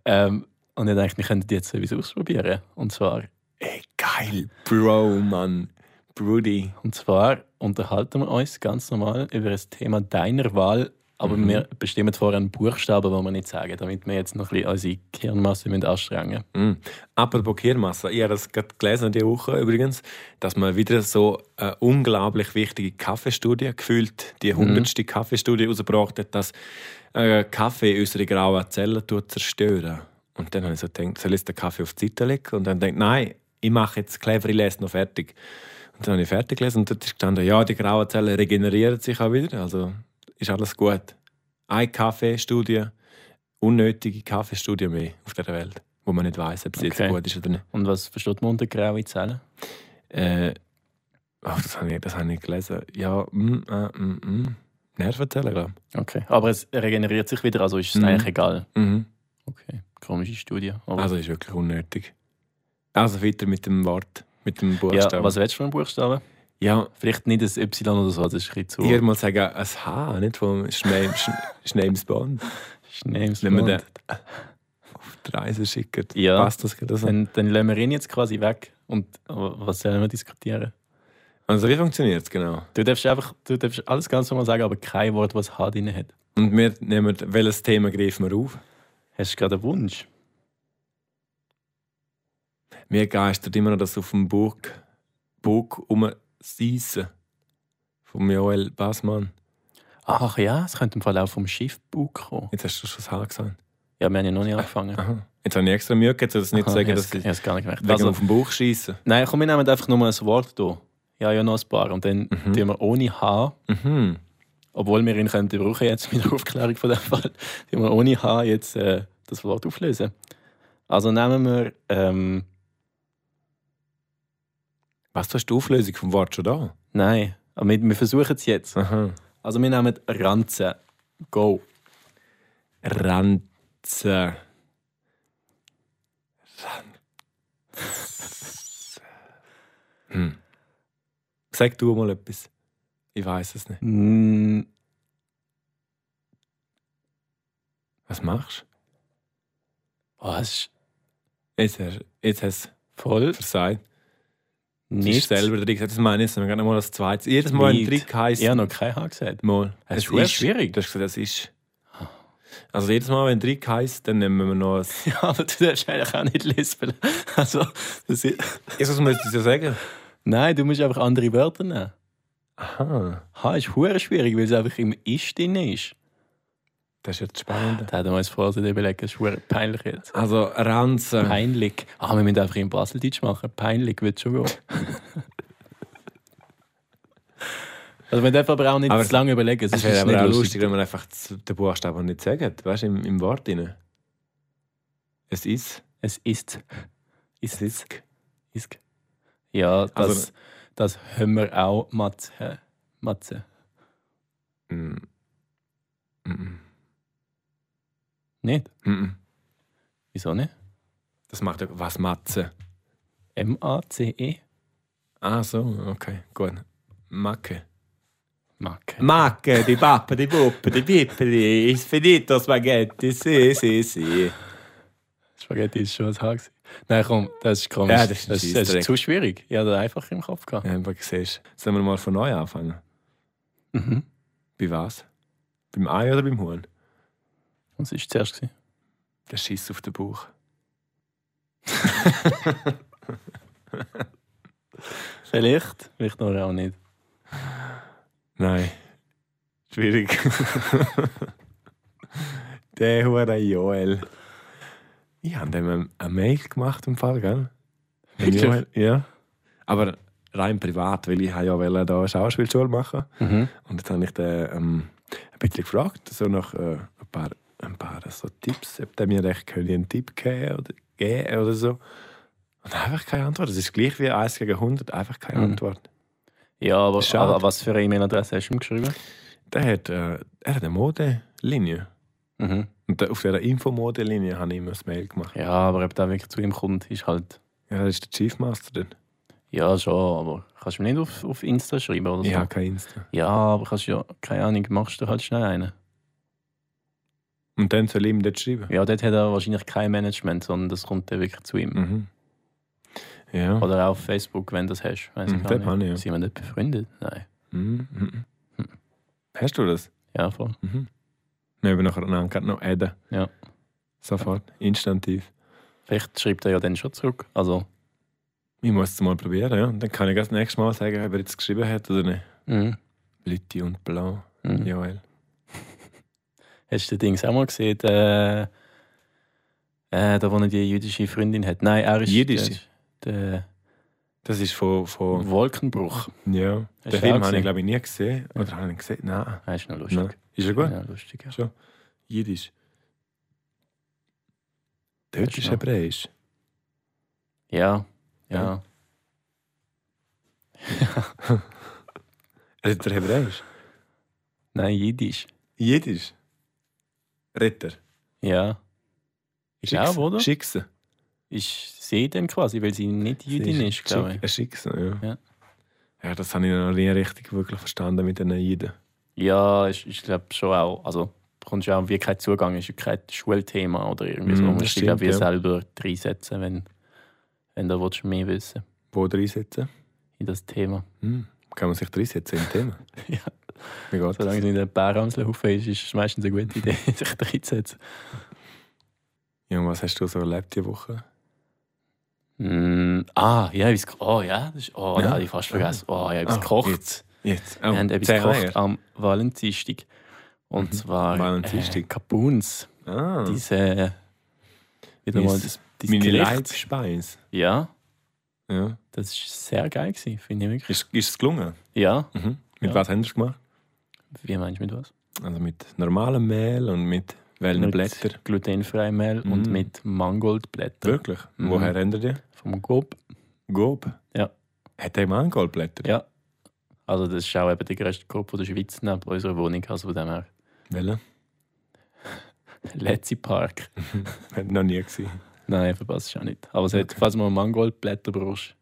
Speaker 1: ähm, und ich denke, wir könnten die jetzt sowieso ausprobieren. Und zwar,
Speaker 3: Ey, geil, Bro, Mann. Brudi.
Speaker 1: und zwar unterhalten wir uns ganz normal über das Thema deiner Wahl, aber
Speaker 3: Mhm.
Speaker 1: wir bestimmen vorher einen Buchstaben, den wir nicht sagen, damit wir jetzt noch ein bisschen unsere Gehirnmasse müssen anstrengen
Speaker 3: Mhm. Apropos Kirmasse, ich habe das gerade gelesen diese Woche übrigens, dass man wieder so eine unglaublich wichtige Kaffeestudie gefühlt, die hundertste Kaffeestudie herausgebracht hat, dass äh, Kaffee unsere grauen Zellen tut zerstören. Und dann habe ich so gedacht, soll ich den Kaffee auf die Seite legen? Und dann denkt nein, ich mache jetzt clever, ich lese noch fertig. Und dann habe ich fertig gelesen und dort ist gestanden, ja, die grauen Zellen regenerieren sich auch wieder, also ist alles gut. Eine Kaffeestudie, unnötige Kaffeestudie mehr auf der Welt, wo man nicht weiß, ob sie
Speaker 1: Okay.
Speaker 3: jetzt gut ist oder nicht.
Speaker 1: Und was versteht man unter graue Zellen?
Speaker 3: Äh, ach, das habe ich, das habe ich gelesen. Ja, mm, äh, mm, mm. Nervenzellen, glaube
Speaker 1: Okay. Aber es regeneriert sich wieder, also ist es
Speaker 3: Mhm.
Speaker 1: eigentlich egal.
Speaker 3: ich. Mhm.
Speaker 1: Okay. Komische Studie. Aber
Speaker 3: Also ist wirklich unnötig. Also weiter mit dem Wort, mit dem Buchstaben.
Speaker 1: ja, was willst du für einen Buchstaben?
Speaker 3: ja
Speaker 1: Vielleicht nicht das Y oder so, das ist ein bisschen zu.
Speaker 3: ich würde mal sagen, ein H, nicht vom Schneems Bond.
Speaker 1: Schneems
Speaker 3: Wenn wir den
Speaker 1: Land.
Speaker 3: auf die Reise schicken,
Speaker 1: Ja.
Speaker 3: passt das gerade so?
Speaker 1: Dann, dann lassen wir ihn jetzt quasi weg. Und aber was sollen wir diskutieren?
Speaker 3: Also wie funktioniert es genau?
Speaker 1: Du darfst einfach du darfst alles ganz normal sagen, aber kein Wort, was H drin hat.
Speaker 3: Und wir nehmen, welches Thema greifen wir auf?
Speaker 1: Hast du gerade einen Wunsch?
Speaker 3: Mir geistert immer noch das auf dem Bug, Bug um Seisen von Joel Bassmann.
Speaker 1: Ach ja, es könnte im Fall auch vom Schiffbug kommen.
Speaker 3: Jetzt hast du schon das H gesagt.
Speaker 1: Ja, wir haben ja noch nicht angefangen.
Speaker 3: Aha. Jetzt habe ich extra Mühe gehabt, dass nicht
Speaker 1: Aha,
Speaker 3: sagen,
Speaker 1: ich
Speaker 3: dass
Speaker 1: habe es- ich
Speaker 3: ich
Speaker 1: habe es gar nicht gemerkt.
Speaker 3: wegen
Speaker 1: Also,
Speaker 3: auf dem Bauch schiessen.
Speaker 1: nein, komm, wir nehmen einfach nur ein Wort hier. Ja, ja, noch ein paar. Und dann
Speaker 3: Mhm.
Speaker 1: tun wir ohne H,
Speaker 3: Mhm.
Speaker 1: obwohl wir ihn könnten brauchen jetzt mit der Aufklärung von dem Fall, tun wir ohne H jetzt äh, das Wort auflösen. Also nehmen wir. Ähm,
Speaker 3: Was, du hast die Auflösung vom Wort schon da?
Speaker 1: nein, aber wir, wir versuchen es jetzt.
Speaker 3: Aha.
Speaker 1: Also wir nehmen Ranzen. Go.
Speaker 3: Ranze. Ranze. Hm. Sag du mal etwas. Ich weiß es nicht.
Speaker 1: Mm,
Speaker 3: Was machst
Speaker 1: oh, das ist
Speaker 3: du? Jetzt hast jetzt hast du
Speaker 1: voll
Speaker 3: es versagt. Du hast
Speaker 1: nicht.
Speaker 3: selber den Trick gesagt. Das meine ich jetzt. Wir gehen mal das zweite. Jedes Mal ein
Speaker 1: Nicht.
Speaker 3: Trick heisst.
Speaker 1: Ich habe noch kein H gesagt.
Speaker 3: Mal.
Speaker 1: Das
Speaker 3: Es
Speaker 1: ist wirklich schwierig.
Speaker 3: Du hast gesagt, das ist. Also jedes Mal, wenn ein Trick heisst, dann nehmen wir noch ein.
Speaker 1: Ja, aber du darfst eigentlich auch nicht lispeln. Also, das ist,
Speaker 3: Jetzt muss man es ja sagen.
Speaker 1: nein, du musst einfach andere Wörter nehmen.
Speaker 3: Aha,
Speaker 1: Ha ist hure schwierig, weil es einfach im Ist drin ist.
Speaker 3: das ist jetzt spannend.
Speaker 1: Da hätten wir uns vorher nicht überlegt, das ist hure peinlich jetzt.
Speaker 3: Also Ranzen.
Speaker 1: Peinlich. Ah, wir müssen einfach in Baseldeutsch machen. Peinlich wird schon gehen. also man darf aber auch nicht
Speaker 3: Aber
Speaker 1: zu lange überlegen.
Speaker 3: Es
Speaker 1: sonst
Speaker 3: wäre
Speaker 1: ist
Speaker 3: aber auch
Speaker 1: nicht
Speaker 3: lustig, wenn man einfach z- den Buchstaben nicht sagt. Weißt du, im, im Wort drin. Es ist.
Speaker 1: Es ist. Ist
Speaker 3: Es ist.
Speaker 1: Isk. Ja, das,
Speaker 3: Also-
Speaker 1: das haben wir auch Matze. Matze.
Speaker 3: Mm. Mm.
Speaker 1: Nicht?
Speaker 3: Mm.
Speaker 1: Wieso nicht?
Speaker 3: Das macht ja- was Matze.
Speaker 1: M-A-C-E?
Speaker 3: Ah, so, okay, gut. Macke.
Speaker 1: Macke.
Speaker 3: Macke, die Pappe, die Puppe, die Pippe, die ist finito Spaghetti, si, si, si.
Speaker 1: Spaghetti ist schon ein Haar. gewesen. Nein, komm, das ist komisch.
Speaker 3: Ja, das ist ein
Speaker 1: das, das
Speaker 3: Scheissdreck.
Speaker 1: ist zu schwierig. Ich hatte das einfach im Kopf gehabt.
Speaker 3: Einfach siehst du. Sollen wir mal von neu anfangen?
Speaker 1: Mhm.
Speaker 3: Bei was? Beim Ei oder beim Huhn?
Speaker 1: Und es war zuerst. Gewesen.
Speaker 3: Der Schiss auf den Bauch.
Speaker 1: Vielleicht, vielleicht noch auch nicht.
Speaker 3: Nein. Schwierig. der Hure Joel. Ich habe dem eine Mail gemacht im Fall, gell? Dem
Speaker 1: Wirklich?
Speaker 3: Joel, ja. Aber rein privat, weil ich habe ja wollte da eine Schauspielschule machen.
Speaker 1: Mhm.
Speaker 3: Und jetzt habe ich den ähm, ein bisschen gefragt, so nach äh, ein paar, ein paar so Tipps, ob der mir recht könnte einen Tipp geben oder, geben oder so. Und einfach keine Antwort. Es ist gleich wie 1 gegen 100, einfach keine
Speaker 1: Mhm.
Speaker 3: Antwort.
Speaker 1: Ja, aber,
Speaker 3: Schade.
Speaker 1: aber was für eine E-Mail-Adresse hast du ihm geschrieben?
Speaker 3: Der hat, äh, er hat eine Modelinie.
Speaker 1: Mhm.
Speaker 3: Und da- auf dieser Infomodelinie habe ich ihm ein Mail gemacht.
Speaker 1: Ja, aber ob der wirklich zu ihm kommt, ist halt.
Speaker 3: Ja, das ist der Chief Master dann.
Speaker 1: Ja, schon, aber kannst du ihm nicht auf, auf Insta schreiben oder so?
Speaker 3: Ich habe kein Insta.
Speaker 1: Ja, aber kannst ja, keine Ahnung, machst du halt schnell einen.
Speaker 3: Und dann soll ich ihm dort schreiben.
Speaker 1: Ja, dort hat er wahrscheinlich kein Management, sondern das kommt dann wirklich zu ihm.
Speaker 3: Mhm. Ja.
Speaker 1: Oder auch auf Facebook, wenn du Also, das hast. Weiss
Speaker 3: Mhm,
Speaker 1: ich
Speaker 3: dort
Speaker 1: gar
Speaker 3: habe ich,
Speaker 1: nicht.
Speaker 3: ja.
Speaker 1: Sind wir nicht befreundet? Nein.
Speaker 3: Mhm. Mhm.
Speaker 1: Hm.
Speaker 3: Hast du das?
Speaker 1: Ja, voll.
Speaker 3: Mhm. Wir haben nachher einen Anker noch adden.
Speaker 1: Ja.
Speaker 3: Sofort, instantiv.
Speaker 1: Vielleicht schreibt er ja dann schon zurück. Also,
Speaker 3: Ich muss es mal probieren, ja. Und dann kann ich das nächste Mal sagen, ob er jetzt geschrieben hat oder nicht.
Speaker 1: mhm.
Speaker 3: Lütti und Blau.
Speaker 1: Mhm.
Speaker 3: Joel.
Speaker 1: hast du den Dings auch mal gesehen? Äh, äh, da, wo er die jüdische Freundin hat. Nein, er ist.
Speaker 3: Jüdische?
Speaker 1: Der,
Speaker 3: Das ist von.
Speaker 1: der
Speaker 3: von
Speaker 1: Wolkenbruch.
Speaker 3: ja.
Speaker 1: Hast
Speaker 3: Den
Speaker 1: du auch
Speaker 3: Film habe ich,
Speaker 1: gesehen?
Speaker 3: glaube ich, nie gesehen. Oder habe ich ihn gesehen? Nein.
Speaker 1: Ah, ist noch lustig.
Speaker 3: Nein. Ist er gut?
Speaker 1: Ja, lustig. Ja.
Speaker 3: Schon. Jiddisch. Deutsch
Speaker 1: Hast du
Speaker 3: ist
Speaker 1: noch?
Speaker 3: Hebräisch.
Speaker 1: ja. Ja.
Speaker 3: Redet er Hebräisch?
Speaker 1: Nein, Jiddisch.
Speaker 3: Jiddisch. Retter.
Speaker 1: Ja. Ist auch, oder?
Speaker 3: Schickse.
Speaker 1: Ich sehe den quasi, weil sie nicht Jüdin ist, glaube ich.
Speaker 3: Ein Schickse, ja.
Speaker 1: Ja.
Speaker 3: Ja, das habe ich noch nie richtig wirklich verstanden mit den Jiden.
Speaker 1: Ja, ich, ich glaube schon auch. Also bekommst du auch wie keinen Zugang, ist ja kein Schulthema oder irgendwie so.
Speaker 3: Mm,
Speaker 1: Du
Speaker 3: das
Speaker 1: musst dich glaub
Speaker 3: stimmt,
Speaker 1: ich,
Speaker 3: ja.
Speaker 1: selber reinsetzen, wenn, wenn du willst, mehr wissen
Speaker 3: Wo reinsetzen?
Speaker 1: in das Thema.
Speaker 3: Hm. Kann man sich reinsetzen im Thema?
Speaker 1: Ja.
Speaker 3: Wie geht's?
Speaker 1: Solange es nicht ein Bäramselhaufen ist, ist es meistens eine gute Idee, sich reinzusetzen.
Speaker 3: Ja, und was hast du so erlebt die Woche?
Speaker 1: Mm, ah, ja, ich hab's, oh ja, das ist, oh,
Speaker 3: Ja.
Speaker 1: ja. habe ich fast vergessen. Oh, ja, ich habe
Speaker 3: Ah,
Speaker 1: es gekocht.
Speaker 3: jetzt. Jetzt. Oh,
Speaker 1: Wir haben etwas
Speaker 3: zehn
Speaker 1: gekocht
Speaker 3: Eier.
Speaker 1: am Valentinstag. Und zwar
Speaker 3: Valentinstag.
Speaker 1: Äh, Kapuns.
Speaker 3: Ah,
Speaker 1: Diese, äh, wieder
Speaker 3: Mein-
Speaker 1: mal, das, dieses
Speaker 3: meine
Speaker 1: Gericht.
Speaker 3: Leibspeise.
Speaker 1: Ja.
Speaker 3: Ja.
Speaker 1: Das war sehr geil, gewesen, finde ich wirklich.
Speaker 3: Ist, ist es gelungen?
Speaker 1: Ja,
Speaker 3: Mhm. Mit
Speaker 1: Ja.
Speaker 3: was haben sie es gemacht?
Speaker 1: wie meinst du mit was?
Speaker 3: Also mit normalem Mehl und mit welchen
Speaker 1: Mit
Speaker 3: Blättern?
Speaker 1: Glutenfreiem Mehl und
Speaker 3: Mm.
Speaker 1: mit Mangoldblättern
Speaker 3: Wirklich?
Speaker 1: Mhm.
Speaker 3: Woher haben die?
Speaker 1: vom Gob.
Speaker 3: Gob.
Speaker 1: Ja.
Speaker 3: Hat er Mangoldblätter?
Speaker 1: Ja. Also das ist auch eben der grösste Gob von der Schweiz neben unserer Wohnung, also von dem her.
Speaker 3: Welche?
Speaker 1: Letzi Park.
Speaker 3: Hat noch nie gesehen.
Speaker 1: Nein, verpasst es auch nicht. Aber es hat, falls du mal Mangoldblätter brauchst,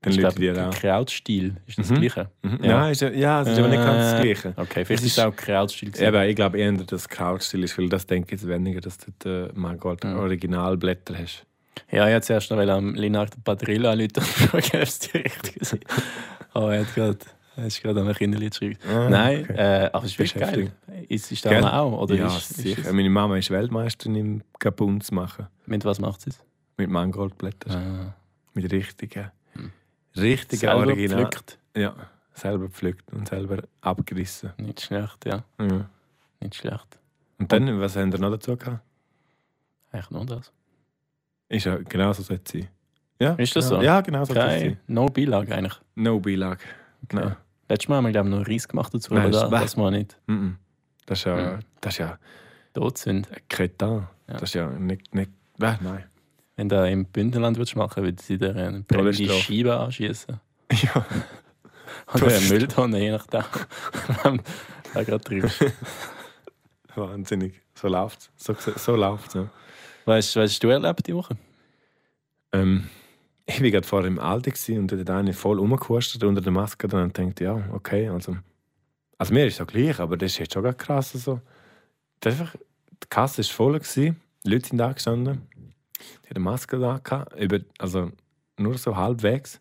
Speaker 3: Dann
Speaker 1: ich
Speaker 3: Leute
Speaker 1: glaube,
Speaker 3: dir auch.
Speaker 1: Krautstil ist das
Speaker 3: Mhm.
Speaker 1: Gleiche.
Speaker 3: Mhm.
Speaker 1: Ja.
Speaker 3: Nein, ist ja, ja, es ist aber nicht ganz das
Speaker 1: Äh,
Speaker 3: Gleiche.
Speaker 1: Okay, vielleicht
Speaker 3: Es
Speaker 1: ist es auch Krautstil. gewesen.
Speaker 3: Eben, ich glaube eher, dass das Krautstill ist, weil das denke ich jetzt weniger, dass du äh, die Mangold-Originalblätter hast.
Speaker 1: Ja, ich wollte zuerst noch am Linard Padrilla Leute fragen, ob es die richtige sind. Aber er hat gerade, er ist gerade an einem Kinderlied geschrieben.
Speaker 3: Ah,
Speaker 1: Nein,
Speaker 3: okay.
Speaker 1: äh, aber es ist wirklich geil. Ist, ist da
Speaker 3: Gell?
Speaker 1: einer auch? Oder
Speaker 3: ja,
Speaker 1: ist, ist
Speaker 3: sicher.
Speaker 1: es-
Speaker 3: Meine Mama ist Weltmeisterin im Kapunz machen.
Speaker 1: mit was macht sie es?
Speaker 3: Mit Mangoldblättern.
Speaker 1: Ah,
Speaker 3: Mit richtigen. Richtigen
Speaker 1: Hm. selber
Speaker 3: Original.
Speaker 1: gepflückt.
Speaker 3: Ja, Selber gepflückt und selber abgerissen.
Speaker 1: Nicht schlecht, ja.
Speaker 3: Ja.
Speaker 1: Nicht schlecht.
Speaker 3: Und dann, was haben wir noch dazu gehabt?
Speaker 1: Eigentlich nur das.
Speaker 3: Ist ja genau so sollte es sein. Ja,
Speaker 1: Ist Also, das
Speaker 3: genau.
Speaker 1: so?
Speaker 3: Ja, genau so sollte es
Speaker 1: Kein,
Speaker 3: sein.
Speaker 1: no Beilage eigentlich.
Speaker 3: No Beilage. Genau.
Speaker 1: Letztes Mal haben wir, glaube ich, noch Reis gemacht dazu,
Speaker 3: Nein,
Speaker 1: aber
Speaker 3: ist
Speaker 1: da,
Speaker 3: weg.
Speaker 1: das mal nicht
Speaker 3: Mhm. Das ist ja,
Speaker 1: Mhm.
Speaker 3: das ist ja
Speaker 1: tot sind.
Speaker 3: ein Kretin. Das ist ja nicht. nicht ah, nein.
Speaker 1: Wenn du im Bündnerland würdest machen, würden sie dir eine brennende
Speaker 3: Todesstrafe.
Speaker 1: Scheibe anschießen.
Speaker 3: ja.
Speaker 1: Oder eine
Speaker 3: Todesstrafe.
Speaker 1: Mülltonne, je nachdem. Wenn du gerade triffst.
Speaker 3: Wahnsinnig. So läuft es. So, so läuft es. Ja.
Speaker 1: Weißt du, was hast du erlebt die Woche?
Speaker 3: Ähm, ich war gerade vorher im Aldi gewesen und dort hat einer voll rumgehustet unter der Maske dran und denkt, ja, okay, also. Also mir ist es gleich, aber das ist jetzt schon grad krass. Also. Das ist Einfach, die Kasse war voll, gewesen, die Leute sind da gestanden, die hatten Maske da, gehabt, über, also nur so halbwegs.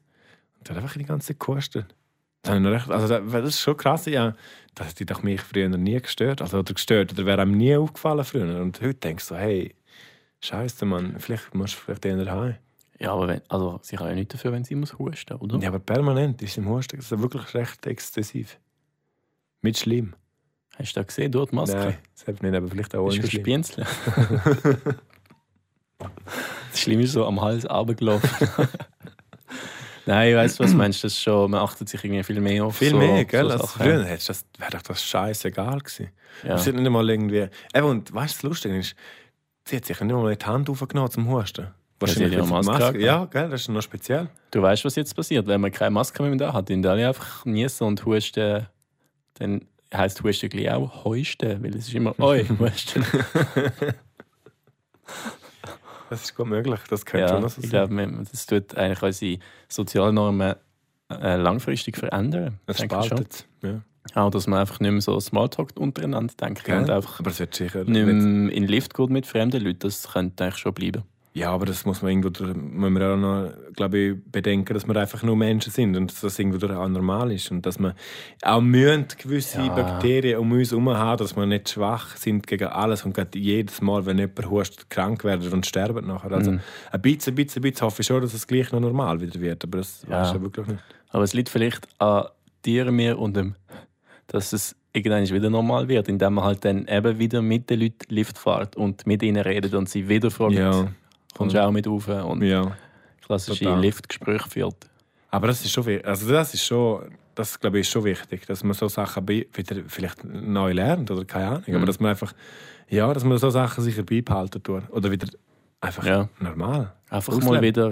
Speaker 3: Und die hat einfach die ganze Zeit gehustet. Das, habe ich noch recht, also das, weil das ist schon krass. Ja, das hat doch mich früher nie gestört. Also, oder gestört, oder wäre einem nie aufgefallen früher. Und heute denkst du so, hey, scheiße, Mann, vielleicht musst du vielleicht eher heim.
Speaker 1: Ja, aber wenn, also, sie kann ja nichts dafür, wenn sie muss husten, oder?
Speaker 3: Ja, aber permanent ist im Husten. Das ist wirklich recht exzessiv. Mit schlimm.
Speaker 1: Hast du das gesehen, dort die Maske?
Speaker 3: Nein, selbst nicht, aber vielleicht auch
Speaker 1: Bist
Speaker 3: ohne
Speaker 1: du
Speaker 3: schlimm.
Speaker 1: Spienzeln? das Schlimme ist so am Hals runtergelaufen. Nein, ich weiss, was du meinst. Das ist schon, man achtet sich irgendwie viel mehr auf
Speaker 3: Viel
Speaker 1: so,
Speaker 3: mehr, gell?
Speaker 1: So
Speaker 3: als
Speaker 1: Sachen.
Speaker 3: früher hättest du das, wäre doch das scheißegal gewesen.
Speaker 1: Ja.
Speaker 3: Sie hat nicht mal irgendwie... Eben, und weißt du, das Lustige ist, sie hat sich nicht mal die Hand aufgenommen zum Husten.
Speaker 1: sie hat ja
Speaker 3: weil sie
Speaker 1: Maske
Speaker 3: Ja, gell, das ist noch speziell.
Speaker 1: Du weißt, was jetzt passiert. Wenn man keine Maske mehr da hat, dann alle einfach niesen und husten. Dann heisst husten gleich auch heusten, weil es ist immer «Oi, husten».
Speaker 3: Das ist gut möglich, das könnte schon
Speaker 1: ja,
Speaker 3: noch so
Speaker 1: ich
Speaker 3: sein.
Speaker 1: glaube, man- das tut eigentlich unsere Sozialnormen äh, langfristig verändern.
Speaker 3: Es
Speaker 1: denke ich schon.
Speaker 3: spaltet. Ja.
Speaker 1: Auch, dass man einfach nicht mehr so Smalltalk untereinander denkt
Speaker 3: Gell?
Speaker 1: und einfach
Speaker 3: Aber es wird sicher...
Speaker 1: nicht mehr in den Lift geht mit fremden Leuten, das könnte eigentlich schon bleiben.
Speaker 3: Ja, aber das muss man irgendwo durch, muss man auch noch, glaube ich, bedenken, dass wir einfach nur Menschen sind und dass das irgendwo durch auch normal ist und dass man auch müssen gewisse
Speaker 1: Ja.
Speaker 3: Bakterien um uns herum haben, dass wir nicht schwach sind gegen alles und gerade jedes Mal, wenn jemand hustet, krank werden und sterben nachher. Also ein bisschen, ein bisschen, ein bisschen hoffe ich schon, dass es gleich noch normal wieder wird, aber das ja. weiß ich ja wirklich nicht.
Speaker 1: Aber es liegt vielleicht an dir, mir und dem, dass es irgendwann wieder normal wird, indem man halt dann eben wieder mit den Leuten Lift fährt und mit ihnen redet und sie wieder fragt,
Speaker 3: Ja.
Speaker 1: kommst du auch mit rauf und
Speaker 3: Ja.
Speaker 1: klassische
Speaker 3: total.
Speaker 1: Liftgespräche führt.
Speaker 3: Aber das ist schon wichtig. Also das ist schon, das glaube ich, ist schon wichtig, dass man so Sachen bei- wieder vielleicht neu lernt oder keine Ahnung.
Speaker 1: Mhm.
Speaker 3: Aber dass man einfach, ja, dass man so Sachen sicher beibehalten tut. Oder wieder einfach
Speaker 1: Ja.
Speaker 3: normal.
Speaker 1: Einfach mal
Speaker 3: Ausleben.
Speaker 1: wieder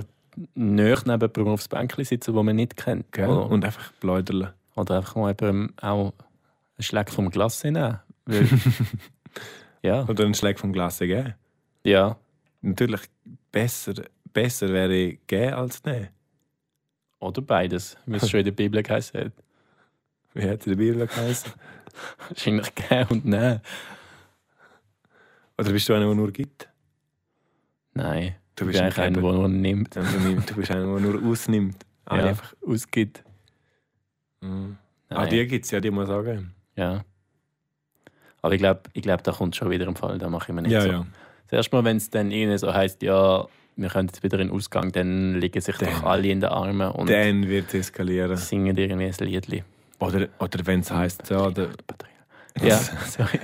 Speaker 1: näher neben aufs Bänkchen sitzen, wo man nicht kennt.
Speaker 3: Gell?
Speaker 1: Oder,
Speaker 3: Und einfach bläudeln.
Speaker 1: oder einfach mal jemandem auch einen Schlag vom Glas hinnehmen. Weil, ja,
Speaker 3: Oder einen Schlag vom Glas geben.
Speaker 1: ja.
Speaker 3: Natürlich besser, besser wäre geben als nehmen.
Speaker 1: Oder beides, wie es schon in der Bibel geheißen hat.
Speaker 3: Wie hat es in der Bibel geheißen?
Speaker 1: Wahrscheinlich geben und nehmen.
Speaker 3: Oder bist du einer, der nur gibt?
Speaker 1: Nein.
Speaker 3: Du
Speaker 1: ich
Speaker 3: bist
Speaker 1: bin
Speaker 3: ein
Speaker 1: eigentlich einer, der
Speaker 3: Geber.
Speaker 1: nur nimmt.
Speaker 3: Ja, Du nimmst- du bist einer, der nur ausnimmt. Ah,
Speaker 1: ja.
Speaker 3: einfach.
Speaker 1: ausgibt.
Speaker 3: Mhm. Ah,
Speaker 1: Nein.
Speaker 3: die gibt es, ja, die muss auch geben.
Speaker 1: Ja. Aber ich glaube, ich glaub, da kommt schon wieder ein Fall, da mache ich mir nicht
Speaker 3: Ja,
Speaker 1: so.
Speaker 3: ja.
Speaker 1: Das erste Mal, wenn es dann irgendwie so heisst, ja, wir können jetzt wieder in den Ausgang, dann liegen sich doch
Speaker 3: Dann-
Speaker 1: alle in den Armen und
Speaker 3: Dann wird es eskalieren.
Speaker 1: singen irgendwie ein Liedli.
Speaker 3: Oder, oder wenn es heisst, ja, der,
Speaker 1: Ja, sorry.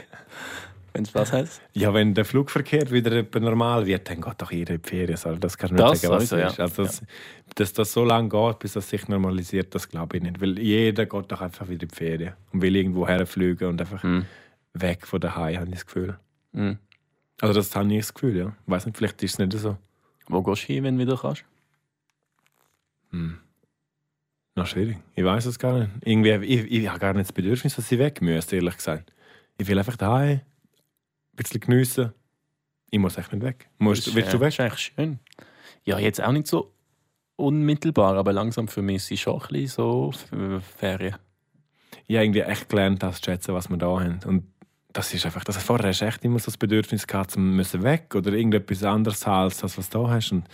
Speaker 1: Wenn es was heisst.
Speaker 3: ja, wenn der Flugverkehr wieder etwa normal wird, dann geht doch jeder in die Ferien. Also das kann man
Speaker 1: Das
Speaker 3: nicht sagen, was
Speaker 1: sowieso,
Speaker 3: es ist.
Speaker 1: ja.
Speaker 3: Also das, Dass das so lange geht, bis das sich normalisiert, das glaube ich nicht. Weil jeder geht doch einfach wieder in die Ferien und will irgendwo herfliegen und einfach
Speaker 1: Mhm.
Speaker 3: weg von daheim, habe ich das Gefühl.
Speaker 1: Mhm.
Speaker 3: Also das habe ich das Gefühl, ja. Ich weiß nicht, vielleicht ist es nicht so.
Speaker 1: Wo gehst du hin, wenn du wieder kannst?
Speaker 3: Noch Hm. schwierig. Ich weiß es gar nicht. Irgendwie, ich, ich habe gar nicht das Bedürfnis, dass ich weg müsste, ehrlich gesagt. Ich will einfach daheim ein bisschen geniessen. Ich muss echt nicht weg. Musst,
Speaker 1: Das ist,
Speaker 3: willst
Speaker 1: äh,
Speaker 3: du weg?
Speaker 1: ist eigentlich schön. Ja, jetzt auch nicht so unmittelbar, aber langsam für mich sind schon ein bisschen so F- Ferien.
Speaker 3: ich habe irgendwie echt gelernt, das zu schätzen, was wir da haben. Und das ist einfach, das vorher hast du echt immer so das Bedürfnis gehabt, zum müssen weg oder irgendetwas anderes haben, als das, was du da hast. Und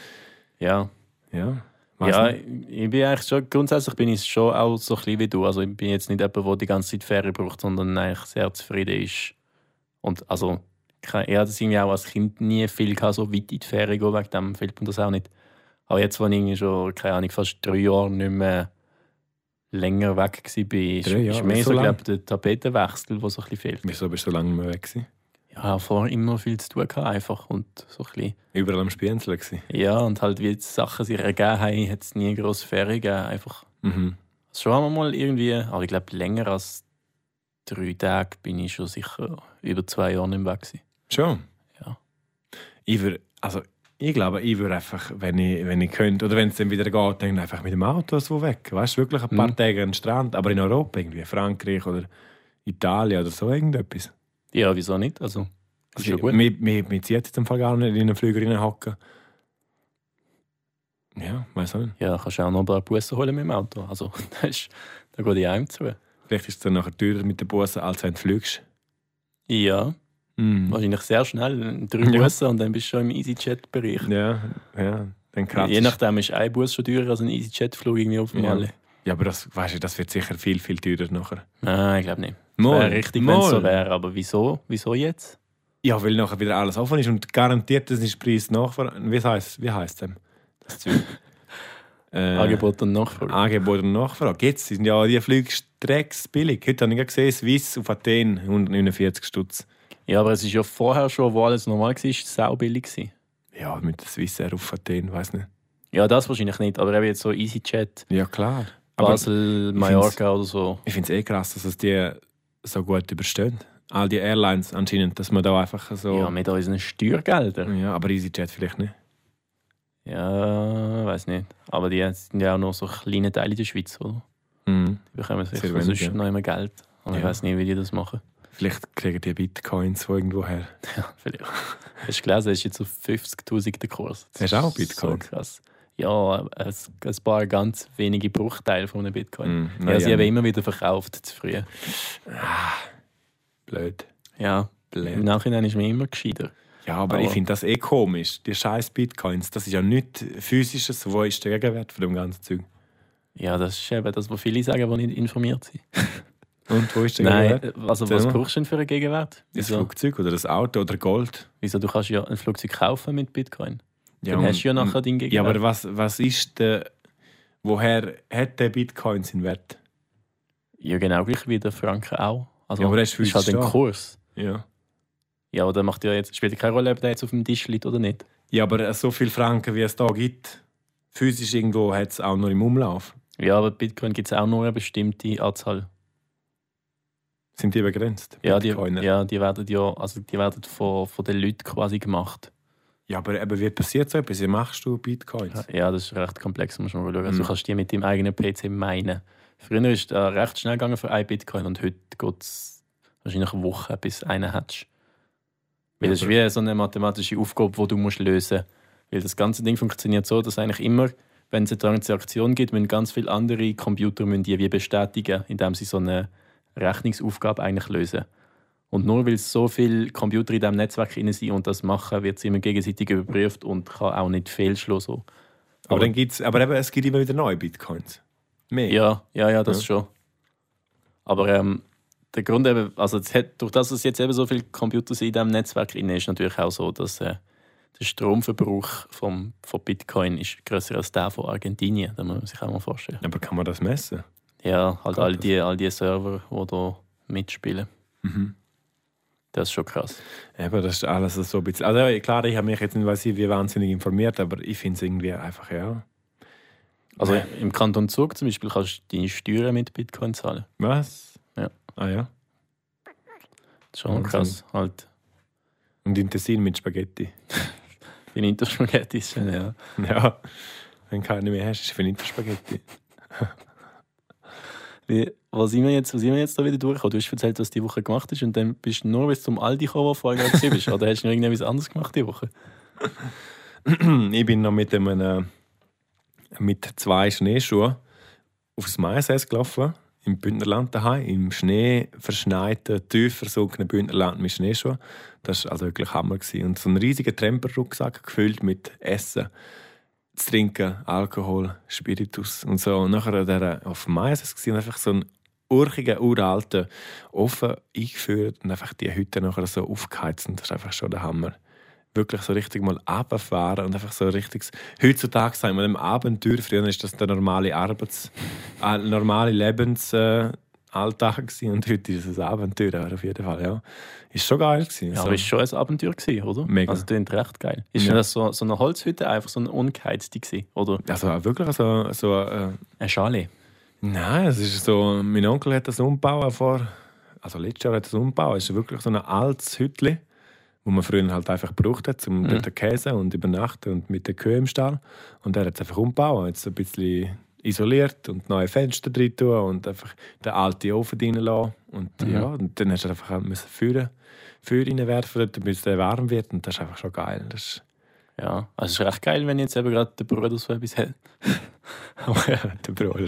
Speaker 1: Ja,
Speaker 3: ja, weiss
Speaker 1: ja
Speaker 3: nicht.
Speaker 1: ich ich bin eigentlich schon, grundsätzlich bin ich schon auch so ein bisschen wie du. Also ich bin jetzt nicht jemand, der die ganze Zeit Ferien braucht, sondern eigentlich sehr zufrieden ist. Und also, kein- ich hatte das irgendwie auch als Kind nie viel gehabt, so weit in die Ferien gehen, wegen dem fehlt mir das auch nicht. Aber jetzt, wo ich irgendwie schon, keine Ahnung, fast drei Jahre nicht mehr länger weg gewesen bin, ist,
Speaker 3: Drei Jahre,
Speaker 1: ist mehr
Speaker 3: so
Speaker 1: so,
Speaker 3: lang?
Speaker 1: glaub, der Tapetenwechsel, der so ein bisschen fehlt.
Speaker 3: Wieso bist du so lange nicht mehr weg? Gewesen?
Speaker 1: Ja, vorher immer viel zu tun gehabt, einfach und so ein bisschen.
Speaker 3: Überall am Spienzeln. gewesen.
Speaker 1: Ja, und halt wie die Sachen sich ergeben haben, hat es nie eine grosse Ferien gegeben. Einfach.
Speaker 3: Mhm.
Speaker 1: Schon haben wir mal irgendwie, aber ich glaube, länger als drei Tage bin ich schon sicher über zwei Jahre nicht mehr weg. Gewesen.
Speaker 3: Schon?
Speaker 1: Ja.
Speaker 3: Ich würde, also ich glaube, ich würde einfach, wenn ich, wenn ich könnte, oder wenn es dann wieder geht, dann einfach mit dem Auto so weg. Weißt du, wirklich ein paar
Speaker 1: Mhm.
Speaker 3: Tage an den Strand, aber in Europa irgendwie, Frankreich oder Italien oder so irgendetwas.
Speaker 1: Ja, wieso nicht? Also, ist schon
Speaker 3: Also,
Speaker 1: gut.
Speaker 3: mir, mir, mir zieht jetzt im Fall gar nicht in einen Flüger reinhocken. Ja, weiß auch nicht.
Speaker 1: Ja, kannst du auch noch ein paar Bussen holen mit dem Auto. Also, das ist, da geht die einem zu.
Speaker 3: Vielleicht ist es dann nachher teurer mit den Bussen, als wenn du fliegst.
Speaker 1: Ja, wahrscheinlich sehr schnell. Drei
Speaker 3: Ja.
Speaker 1: Bussen und dann bist du schon im EasyJet-Bereich.
Speaker 3: Ja, ja, dann kratzt
Speaker 1: Je nachdem ist ein Bus schon teurer als ein EasyJet-Flug irgendwie auf dem
Speaker 3: Ja.
Speaker 1: Alle.
Speaker 3: Ja, aber das, weißt du, das wird sicher viel, viel teurer nachher.
Speaker 1: Nein, ich glaube nicht.
Speaker 3: Mal,
Speaker 1: Wäre richtig, wenn es so
Speaker 3: mal.
Speaker 1: wäre. Aber wieso? Wieso jetzt?
Speaker 3: Ja, weil nachher wieder alles offen ist und garantiert, das ist Preis nachver... Wie heißt wie heißt denn das Zeug? äh,
Speaker 1: Angebot und Nachfrage.
Speaker 3: Angebot und Nachfrage. Jetzt sind ja die Flüge drecks billig. Heute habe ich gerade gesehen, Swiss auf Athen 149 Stutz.
Speaker 1: Ja, aber es ist ja vorher schon, wo alles normal war, sau billig. Gewesen.
Speaker 3: Ja, mit der Swiss Air auf Athen, weiß nicht.
Speaker 1: Ja, das wahrscheinlich nicht, aber eben jetzt so EasyJet,
Speaker 3: Ja, klar. Also- Aber
Speaker 1: Basel, Mallorca oder so.
Speaker 3: ich finde es eh krass, dass es die so gut überstehen. All die Airlines anscheinend, dass man da einfach so...
Speaker 1: Ja, mit unseren Steuergeldern.
Speaker 3: ja aber EasyJet vielleicht nicht.
Speaker 1: Ja, weiß nicht. Aber die sind ja auch noch so kleine Teile der Schweiz, oder?
Speaker 3: Mhm.
Speaker 1: Die bekommen
Speaker 3: Sehr
Speaker 1: sicher
Speaker 3: wenig,
Speaker 1: sonst
Speaker 3: ja.
Speaker 1: noch immer Geld. Und ich
Speaker 3: Ja.
Speaker 1: weiß nicht, wie die das machen.
Speaker 3: Vielleicht kriegen die Bitcoins von irgendwo her.
Speaker 1: Vielleicht. Hast du gelesen, es ist jetzt auf 50.000 der Kurs. Das
Speaker 3: Hast du
Speaker 1: ist
Speaker 3: auch Bitcoin?
Speaker 1: So krass. Ja, ein, ein paar ganz wenige Bruchteile von einem Bitcoin.
Speaker 3: Mhm.
Speaker 1: ja,
Speaker 3: Nein,
Speaker 1: sie haben immer wieder verkauft zu früh.
Speaker 3: Blöd.
Speaker 1: Ja,
Speaker 3: Blöd.
Speaker 1: im Nachhinein ist mir immer gescheiter.
Speaker 3: Ja, aber,
Speaker 1: Aber-
Speaker 3: ich finde das eh komisch. Die scheiß Bitcoins, das ist ja nichts physisches. Wo ist der Gegenwert von dem ganzen Zeug?
Speaker 1: Ja, das ist eben das, was viele sagen, die nicht informiert sind.
Speaker 3: Und wo ist der
Speaker 1: Nein,
Speaker 3: Gegenwert?
Speaker 1: also was
Speaker 3: Erzähl mal.
Speaker 1: brauchst du denn für einen Gegenwert?
Speaker 3: Das
Speaker 1: Wieso?
Speaker 3: Flugzeug oder das Auto oder Gold?
Speaker 1: Wieso? Du kannst ja ein Flugzeug kaufen mit Bitcoin.
Speaker 3: Ja,
Speaker 1: Dann hast du ja
Speaker 3: und-
Speaker 1: nachher deinen
Speaker 3: Ja,
Speaker 1: Gegenwert.
Speaker 3: aber was, was ist der. Woher hat der Bitcoin seinen Wert?
Speaker 1: Ja, genau gleich wie der Franken auch. Also,
Speaker 3: Ja, aber der ist
Speaker 1: ist halt ein
Speaker 3: physisch da.
Speaker 1: Kurs.
Speaker 3: Ja.
Speaker 1: Ja, aber der macht ja jetzt, spielt ja keine Rolle, ob der jetzt auf dem Tisch liegt oder nicht.
Speaker 3: Ja, aber so viel Franken wie es da gibt, physisch irgendwo hat es auch noch im Umlauf.
Speaker 1: Ja, aber Bitcoin gibt es auch nur eine bestimmte Anzahl.
Speaker 3: Sind die begrenzt?
Speaker 1: Ja, die,
Speaker 3: Bitcoiner?
Speaker 1: ja, die werden ja, also die werden von, von den Leuten quasi gemacht.
Speaker 3: ja, aber eben, wie passiert so etwas? Wie machst du Bitcoins?
Speaker 1: Ja, das ist recht komplex, muss man mal schauen. Also,
Speaker 3: Mhm.
Speaker 1: du kannst die mit deinem eigenen PC meinen. Früher ist das recht schnell gegangen für ein Bitcoin und heute geht es wahrscheinlich eine Woche, bis du einen hast. Weil das ist wie so eine mathematische Aufgabe, die du musst lösen musst. Weil das ganze Ding funktioniert so, dass eigentlich immer, wenn es eine Transaktion gibt, müssen ganz viele andere Computer müssen die wie bestätigen, indem sie so eine Rechnungsaufgabe eigentlich lösen. Und nur weil so viele Computer in diesem Netzwerk drin sind und das machen, wird es immer gegenseitig überprüft und kann auch nicht fehlschlagen. So.
Speaker 3: Aber, dann gibt's, aber eben, es gibt immer wieder neue Bitcoins. Mehr.
Speaker 1: Ja, ja, ja, das
Speaker 3: Ja.
Speaker 1: schon. Aber ähm, der Grund eben, also es hat, durch das, dass jetzt eben so viele Computer sind in diesem Netzwerk drin, ist natürlich auch so, dass äh, der Stromverbrauch vom, von Bitcoin ist grösser als der von Argentinien. Da muss man sich auch mal vorstellen.
Speaker 3: Aber kann man das messen?
Speaker 1: Ja, halt
Speaker 3: Gott,
Speaker 1: all
Speaker 3: das-
Speaker 1: die, all die Server, die da mitspielen. Das ist schon krass.
Speaker 3: Eben, das ist alles so ein bisschen. Also, ja, klar, ich habe mich jetzt nicht weiß ich, wie wahnsinnig informiert, aber ich finde es irgendwie einfach, ja.
Speaker 1: Also im Kanton Zug zum Beispiel kannst du deine Steuern mit Bitcoin zahlen.
Speaker 3: Was?
Speaker 1: Ja.
Speaker 3: Ah ja.
Speaker 1: Das ist schon
Speaker 3: Wahnsinn.
Speaker 1: krass. Halt,
Speaker 3: Und in Tessin mit Spaghetti.
Speaker 1: die Interspaghetti sind, ja.
Speaker 3: Ja. Wenn du keine mehr hast, ist für Spaghetti.
Speaker 1: Wie, was sind wir jetzt, was sind wir jetzt da wieder durchgekommen? Du hast erzählt, was du die Woche gemacht hast und dann bist du nur bis zum Aldi gekommen, wo du vorher gesehen bist. Oder hast du noch irgendetwas anderes gemacht die Woche?
Speaker 3: ich bin noch mit einem äh, mit zwei Schneeschuhen aufs Maiseis gelaufen im Bündnerland daheim, im Schnee verschneiten, tief versunkenen Bündnerland mit Schneeschuhen. Das war also wirklich Hammer. Gewesen. Und so ein riesiger Tremperrucksack gefüllt mit Essen, zu trinken, Alkohol, Spiritus und so. Und nachher an dieser- auf dem Maiseis gewesen, und einfach so ein urchiger, uralter, offen eingeführt und einfach die Hütte nachher so aufgeheizt. Und das ist einfach schon der Hammer wirklich so richtig mal runterfahren und einfach so richtiges. Heutzutage sagen wir dem Abenteuer, früher ist das der normale Arbeits-, äh, normale Lebensalltag äh, Alltag gewesen. und heute ist es ein Abenteuer, aber auf jeden Fall, ja. Ist schon geil gewesen.
Speaker 1: Ja,
Speaker 3: so.
Speaker 1: aber es war schon ein Abenteuer, gewesen, oder?
Speaker 3: Mega.
Speaker 1: Also, klingt recht geil. Ist
Speaker 3: Ja.
Speaker 1: das so, so eine Holzhütte, einfach so eine ungeheizte gewesen? Oder
Speaker 3: also auch wirklich so, so äh,
Speaker 1: eine Schale?
Speaker 3: Nein, es ist so, mein Onkel hat das umgebaut vor, also letztes Jahr hat das umgebaut. Es ist wirklich so ein altes Hütli, wo man früher halt einfach gebraucht hat, um dort Käse und übernachten und mit den Kühen im Stall. Und der hat es einfach umgebaut, jetzt ein bisschen isoliert und neue Fenster drin tun und einfach den alten Ofen reinlassen. Und ja, und dann hast du einfach müssen Feuer, Feuer reinwerfen, dort, damit es dann warm wird. Und das ist einfach schon geil. Das ist,
Speaker 1: Ja, also es ist recht geil, wenn jetzt eben gerade der Bruder so etwas hat.
Speaker 3: aber ja, der Bruder.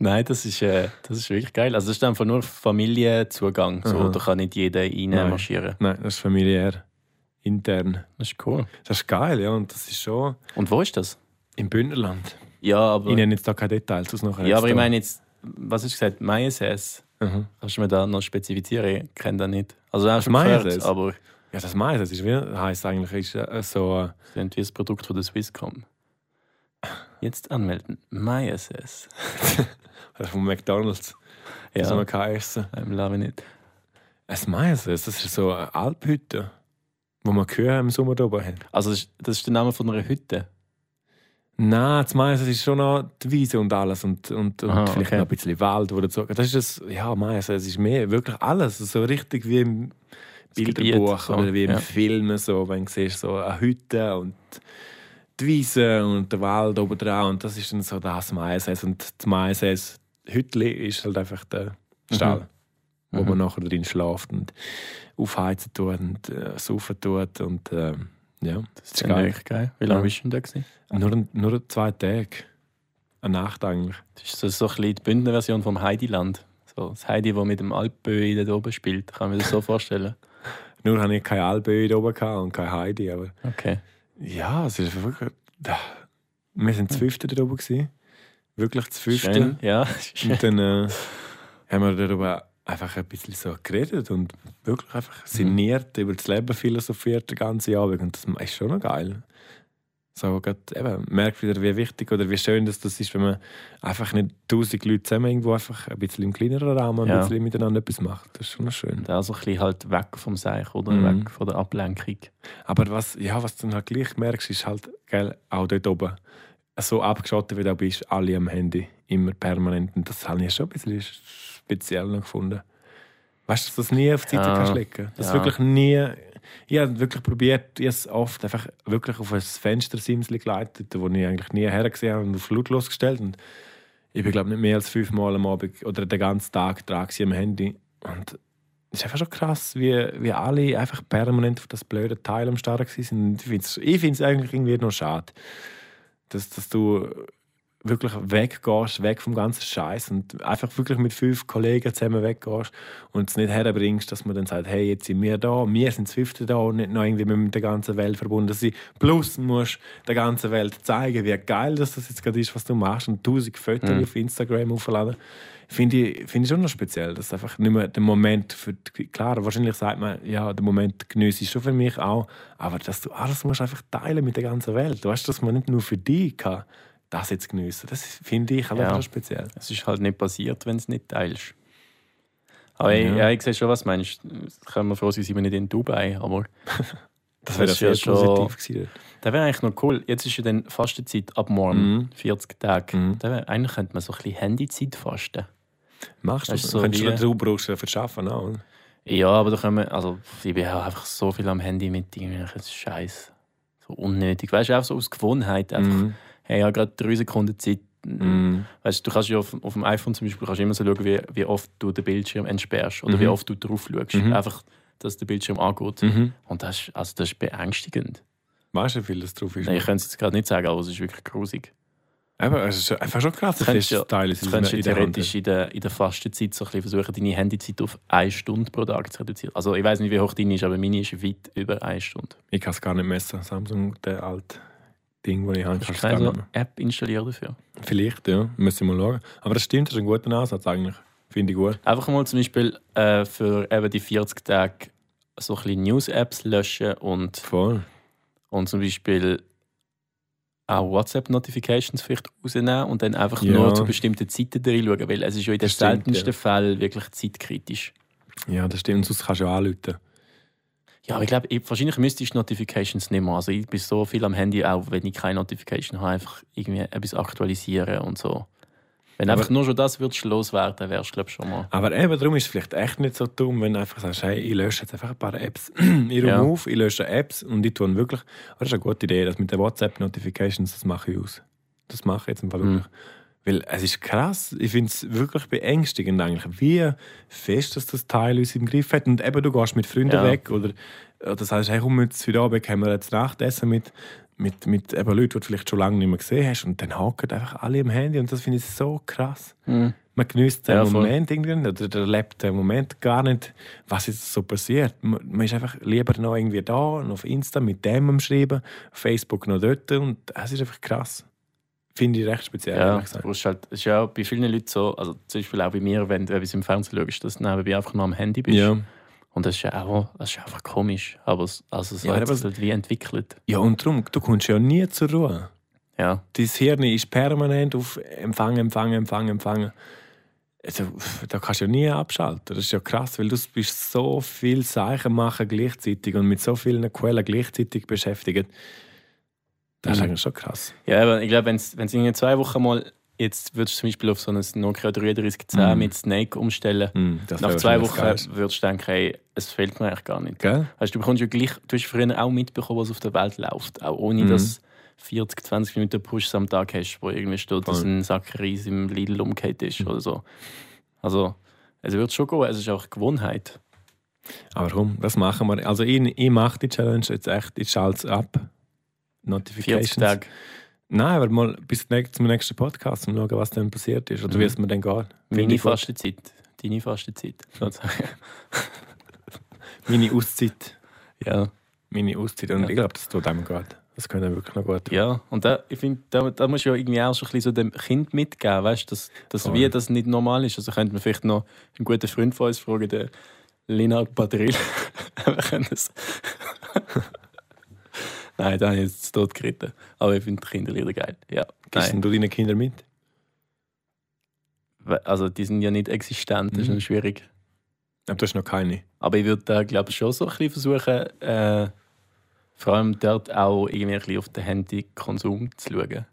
Speaker 1: Nein, das ist, äh, das ist wirklich geil. Also das ist einfach nur Familienzugang. So,
Speaker 3: Aha.
Speaker 1: da kann nicht jeder
Speaker 3: Nein.
Speaker 1: reinmarschieren.
Speaker 3: Nein, das ist familiär, intern.
Speaker 1: Das ist cool.
Speaker 3: Das ist geil, ja, und das ist schon...
Speaker 1: Und wo ist das?
Speaker 3: Im Bündnerland.
Speaker 1: Ja, aber,
Speaker 3: Ich nenne jetzt da keine Details aus nachher.
Speaker 1: ja, aber ich
Speaker 3: jetzt da.
Speaker 1: meine jetzt, was hast du gesagt? Maises?
Speaker 3: Mhm.
Speaker 1: Kannst du mir da noch spezifizieren? Ich kenne das nicht. Also das schon
Speaker 3: Maises?
Speaker 1: gehört, aber es
Speaker 3: Ja, das meiste. Das ist wie, heisst eigentlich ist äh, so. äh,
Speaker 1: sind wie ein Produkt von der Swisscom. Jetzt anmelden. Maises.
Speaker 3: Also von McDonalds. Ja. Das
Speaker 1: Ja,
Speaker 3: man kann essen.
Speaker 1: I'm loving it.
Speaker 3: Ein Meise, das ist so eine Alphütte, wo man Kühe im Sommer oben haben.
Speaker 1: Also das ist, das ist der Name von einer Hütte.
Speaker 3: Nein, das Meise ist schon noch die Wiese und alles und, und, und
Speaker 1: Aha,
Speaker 3: vielleicht
Speaker 1: okay.
Speaker 3: noch ein bisschen Wald oder so. Das ist das, ja, Meise, es ist mehr, wirklich alles. So richtig wie im Bilderbuch
Speaker 1: Gebiet, so.
Speaker 3: oder wie im
Speaker 1: Ja.
Speaker 3: Film, so, wenn du siehst, so eine Hütte und die Wiese und der Wald oben dran und das ist dann so das Maises und das Maises Hütli ist halt einfach der
Speaker 1: Mhm.
Speaker 3: Stall, wo man nachher drin schlaft und aufheizen tut und äh, saufen tut und äh, ja,
Speaker 1: Das
Speaker 3: das ist
Speaker 1: ist
Speaker 3: geil.
Speaker 1: wirklich geil. Wie lange
Speaker 3: Ja.
Speaker 1: bist du denn da gewesen?
Speaker 3: Nur, nur zwei Tage, eine Nacht eigentlich.
Speaker 1: Das ist so, so ein bisschen die Bündner Version vom Heidiland. So, das Heidi, das mit dem Alpböi da oben spielt, kann man sich das so vorstellen.
Speaker 3: Nur hatte ich keine Albe da oben gehabt und keine Heidi, aber
Speaker 1: Okay.
Speaker 3: ja, es ist wirklich... Wir sind zu fünfte da oben gewesen, wirklich zu fünfte.
Speaker 1: Schön. Ja, schön.
Speaker 3: Und dann äh, haben wir darüber einfach ein bisschen so geredet und wirklich einfach sinniert über das Leben philosophiert den ganzen Abend. Und das ist schon noch geil. So, grad, eben, merkt wieder, wie wichtig oder wie schön dass das ist, wenn man einfach nicht tausend Leute zusammen irgendwo einfach ein bisschen im kleineren Rahmen ein
Speaker 1: Ja.
Speaker 3: bisschen miteinander etwas macht. Das ist schon noch schön.
Speaker 1: Und auch so ein bisschen halt weg vom Seich oder
Speaker 3: Mhm.
Speaker 1: weg von der Ablenkung.
Speaker 3: Aber was, ja, was du dann halt gleich merkst, ist halt, gell, auch dort oben, so abgeschottet wie du bist, alle am Handy, immer permanent. Und das habe ich schon ein bisschen speziell noch gefunden. Weißt du, dass du das nie auf die Seite
Speaker 1: Ja,
Speaker 3: kannst legen Dass du
Speaker 1: ja.
Speaker 3: wirklich nie. Ich habe wirklich probiert, ich habe es oft einfach wirklich auf ein Fenstersimsel geleitet, wo ich eigentlich nie hergesehen habe und auf lautlos gestellt. Und ich bin, glaube nicht mehr als fünfmal am Abend oder den ganzen Tag dran gewesen am Handy. Und es ist einfach schon krass, wie, wie alle einfach permanent auf das blöde Teil am Starren waren. Und Ich finde es ich find's eigentlich irgendwie noch schade, dass, dass du wirklich weggehst, weg vom ganzen Scheiß und einfach wirklich mit fünf Kollegen zusammen weggehst und es nicht herbringst, dass man dann sagt, hey, jetzt sind wir da, wir sind das Fünfte da und nicht noch irgendwie mit der ganzen Welt verbunden sind. Plus du musst der ganzen Welt zeigen, wie geil das das jetzt gerade ist, was du machst und tausend Fotos auf Instagram aufladen. Finde ich, finde ich schon noch speziell, dass einfach nicht mehr der Moment für die, klar, wahrscheinlich sagt man, ja, der Moment geniesse ich schon für mich auch, aber dass du alles musst einfach teilen mit der ganzen Welt. Du weißt, dass man nicht nur für dich kann, das jetzt geniessen. Das finde ich halt
Speaker 1: Ja.
Speaker 3: einfach schon speziell.
Speaker 1: Es ist halt nicht passiert, wenn du es nicht teilst. Aber ich,
Speaker 3: Ja.
Speaker 1: ja, ich sehe schon, was du meinst. Es Können wir froh sein, sind wir nicht in Dubai, aber
Speaker 3: Das
Speaker 1: wäre
Speaker 3: wäre
Speaker 1: sehr
Speaker 3: sehr
Speaker 1: positiv
Speaker 3: positiv gewesen.
Speaker 1: das wäre eigentlich noch cool. Jetzt ist ja dann Fastenzeit ab morgen,
Speaker 3: Mhm.
Speaker 1: 40 Tage. Da wär, eigentlich könnte man so ein bisschen Handyzeit fasten.
Speaker 3: Machst du
Speaker 1: Das ist
Speaker 3: das?
Speaker 1: so
Speaker 3: Könntest du
Speaker 1: wie-
Speaker 3: dazu brauchst du für das Arbeiten auch. oder?
Speaker 1: Ja, aber da können wir, also ich bin auch einfach so viel am Handy mit irgendwelchen Scheiß. So unnötig. Weißt du, auch so aus Gewohnheit einfach.
Speaker 3: Mhm.
Speaker 1: Hey, ich habe gerade drei Sekunden Zeit. Weißt du, du kannst ja auf, auf dem iPhone zum Beispiel kannst du immer so schauen, wie, wie oft du den Bildschirm entsperrst oder wie
Speaker 3: Mhm.
Speaker 1: oft du drauf schaust. Einfach, dass der Bildschirm angeht. Und das ist, also das ist beängstigend.
Speaker 3: Mhm. Weißt du, wie viel das drauf ist?
Speaker 1: Nein, ich könnte es jetzt gerade nicht sagen, aber es ist wirklich grusig.
Speaker 3: Aber es ist einfach schon krass, dass
Speaker 1: Könntest
Speaker 3: das
Speaker 1: ja-
Speaker 3: Teil
Speaker 1: Du
Speaker 3: ist
Speaker 1: könntest ja
Speaker 3: in der Hand.
Speaker 1: theoretisch in der, in der Fastenzeit so ein bisschen versuchen, deine Handyzeit auf eine Stunde pro Tag zu reduzieren. Also ich weiß nicht, wie hoch deine ist, aber meine ist weit über eine Stunde.
Speaker 3: Ich kann es gar nicht messen. Samsung, der alte Ding, das ich habe, kann
Speaker 1: Hast
Speaker 3: es
Speaker 1: du
Speaker 3: gar
Speaker 1: keine
Speaker 3: nicht
Speaker 1: so
Speaker 3: mehr.
Speaker 1: App installiert dafür?
Speaker 3: Vielleicht, ja. Müssen wir mal schauen. Aber das stimmt, das ist ein guter Ansatz eigentlich. Finde ich gut.
Speaker 1: Einfach mal zum Beispiel äh, für eben die 40 Tage so ein bisschen News-Apps löschen und,
Speaker 3: Voll.
Speaker 1: und zum Beispiel auch WhatsApp-Notifications vielleicht rausnehmen und dann einfach
Speaker 3: Ja.
Speaker 1: nur zu bestimmten Zeiten reinschauen, weil es ist ja in den
Speaker 3: Das stimmt,
Speaker 1: seltensten
Speaker 3: ja.
Speaker 1: Fällen wirklich zeitkritisch.
Speaker 3: Ja, das stimmt. Und sonst kannst du ja anrufen.
Speaker 1: Ja, aber ich glaube, ich- wahrscheinlich müsste ich Notifications nicht mehr. Also ich bin so viel am Handy, auch wenn ich keine Notification habe, einfach irgendwie etwas aktualisieren und so. Wenn
Speaker 3: Aber-
Speaker 1: einfach nur schon das würdest loswerden, wärst du glaube schon mal.
Speaker 3: Aber eben darum ist es vielleicht echt nicht so dumm, wenn du einfach sagst, hey, ich lösche jetzt einfach ein paar Apps. ich rufe
Speaker 1: Ja.
Speaker 3: auf, ich lösche Apps und ich tue wirklich. Aber das ist eine gute Idee, das mit den WhatsApp-Notifications, das mache ich aus. Das mache ich jetzt im Fall
Speaker 1: Mhm.
Speaker 3: wirklich. Weil es ist krass, ich finde es wirklich beängstigend eigentlich, wie fest dass das Teil uns im Griff hat. Und eben, du gehst mit Freunden
Speaker 1: Ja.
Speaker 3: weg oder äh, das heißt, hey, komm, jetzt heute Abend haben wir jetzt Nachtessen mit, mit, mit eben Leuten, die du vielleicht schon lange nicht mehr gesehen hast. Und dann hocken einfach alle im Handy und das finde ich so krass. Man genießt den
Speaker 1: Ja, voll.
Speaker 3: Moment irgendwie oder der erlebt den Moment gar nicht, was jetzt so passiert. Man man ist einfach lieber noch irgendwie da und auf Insta mit dem am Schreiben, Facebook noch dort und es ist einfach krass. Finde ich recht speziell.
Speaker 1: Ja,
Speaker 3: ehrlich
Speaker 1: das
Speaker 3: gesagt.
Speaker 1: ist halt, es ist ja auch bei vielen Leuten so, also zum Beispiel auch bei mir, wenn du etwas im Fernsehen schaust, dass du nebenbei einfach nur am Handy bist.
Speaker 3: ja.
Speaker 1: Und das ist ja auch das ist einfach komisch. Aber es, also es
Speaker 3: Ja,
Speaker 1: hat
Speaker 3: aber
Speaker 1: sich halt wie entwickelt.
Speaker 3: ja, und darum, du kommst ja nie zur Ruhe.
Speaker 1: Ja.
Speaker 3: Dein Hirn ist permanent auf Empfang, Empfang, Empfang, Empfang. Also, pff, da kannst du ja nie abschalten. Das ist ja krass, weil du bist so viel Sachen machen gleichzeitig und mit so vielen Quellen gleichzeitig beschäftigt. Das ist
Speaker 1: Mhm.
Speaker 3: eigentlich schon krass.
Speaker 1: Ja, aber ich glaube, wenn es in zwei Wochen mal, jetzt würdest du zum Beispiel auf so ein Nokia 3310
Speaker 3: Mhm.
Speaker 1: mit Snake umstellen,
Speaker 3: Das
Speaker 1: nach
Speaker 3: wäre
Speaker 1: zwei
Speaker 3: wahrscheinlich das
Speaker 1: Wochen würdest du denken, hey, es fehlt mir eigentlich gar nicht.
Speaker 3: Geilste. Gell?
Speaker 1: Weißt, du bekommst ja gleich, du hast früher auch mitbekommen, was auf der Welt läuft. Auch ohne,
Speaker 3: Mhm.
Speaker 1: dass 40, 20 Minuten Push am Tag hast, wo irgendwie steht, dass
Speaker 3: Voll. Mhm.
Speaker 1: ein Sack Reis im Lidl umgekehrt ist oder so. Also, es wird schon gehen, es ist auch Gewohnheit.
Speaker 3: Aber komm, das machen wir. Also, ich, ich mache die Challenge jetzt echt. Ich schalte es ab.
Speaker 1: 40
Speaker 3: Notifications.
Speaker 1: Tage.
Speaker 3: Nein, aber mal bis nächst- zum nächsten Podcast und schauen, was dann passiert ist oder
Speaker 1: Mhm.
Speaker 3: wie es mir dann geht. Finde
Speaker 1: Meine
Speaker 3: ich gut.
Speaker 1: Fastenzeit. Deine Fastenzeit. sozusagen.
Speaker 3: Meine Auszeit.
Speaker 1: Ja,
Speaker 3: meine Auszeit. Und
Speaker 1: Ja.
Speaker 3: ich glaube, das tut einem gut. Das können wirklich noch gut.
Speaker 1: ja. Und da, ich finde, da, da musst du ja irgendwie auch so ein bisschen so dem Kind mitgeben, weißt du, dass, dass
Speaker 3: Voll.
Speaker 1: wie das nicht normal ist. Also könnte man vielleicht noch einen guten Freund von uns fragen, den Linhard Badrill. Wir können es. Nein, da habe ich jetzt tot geritten. Aber ich finde Kinderlieder geil. Ja.
Speaker 3: Gibst
Speaker 1: Nein.
Speaker 3: denn du deinen Kindern mit?
Speaker 1: We- Also die sind ja nicht existent, das ist
Speaker 3: Mhm.
Speaker 1: noch schwierig.
Speaker 3: Aber du hast noch keine.
Speaker 1: Aber ich würde da, glaube ich, schon so ein bisschen versuchen, äh, vor allem dort auch irgendwie ein bisschen auf den Handykonsum zu schauen.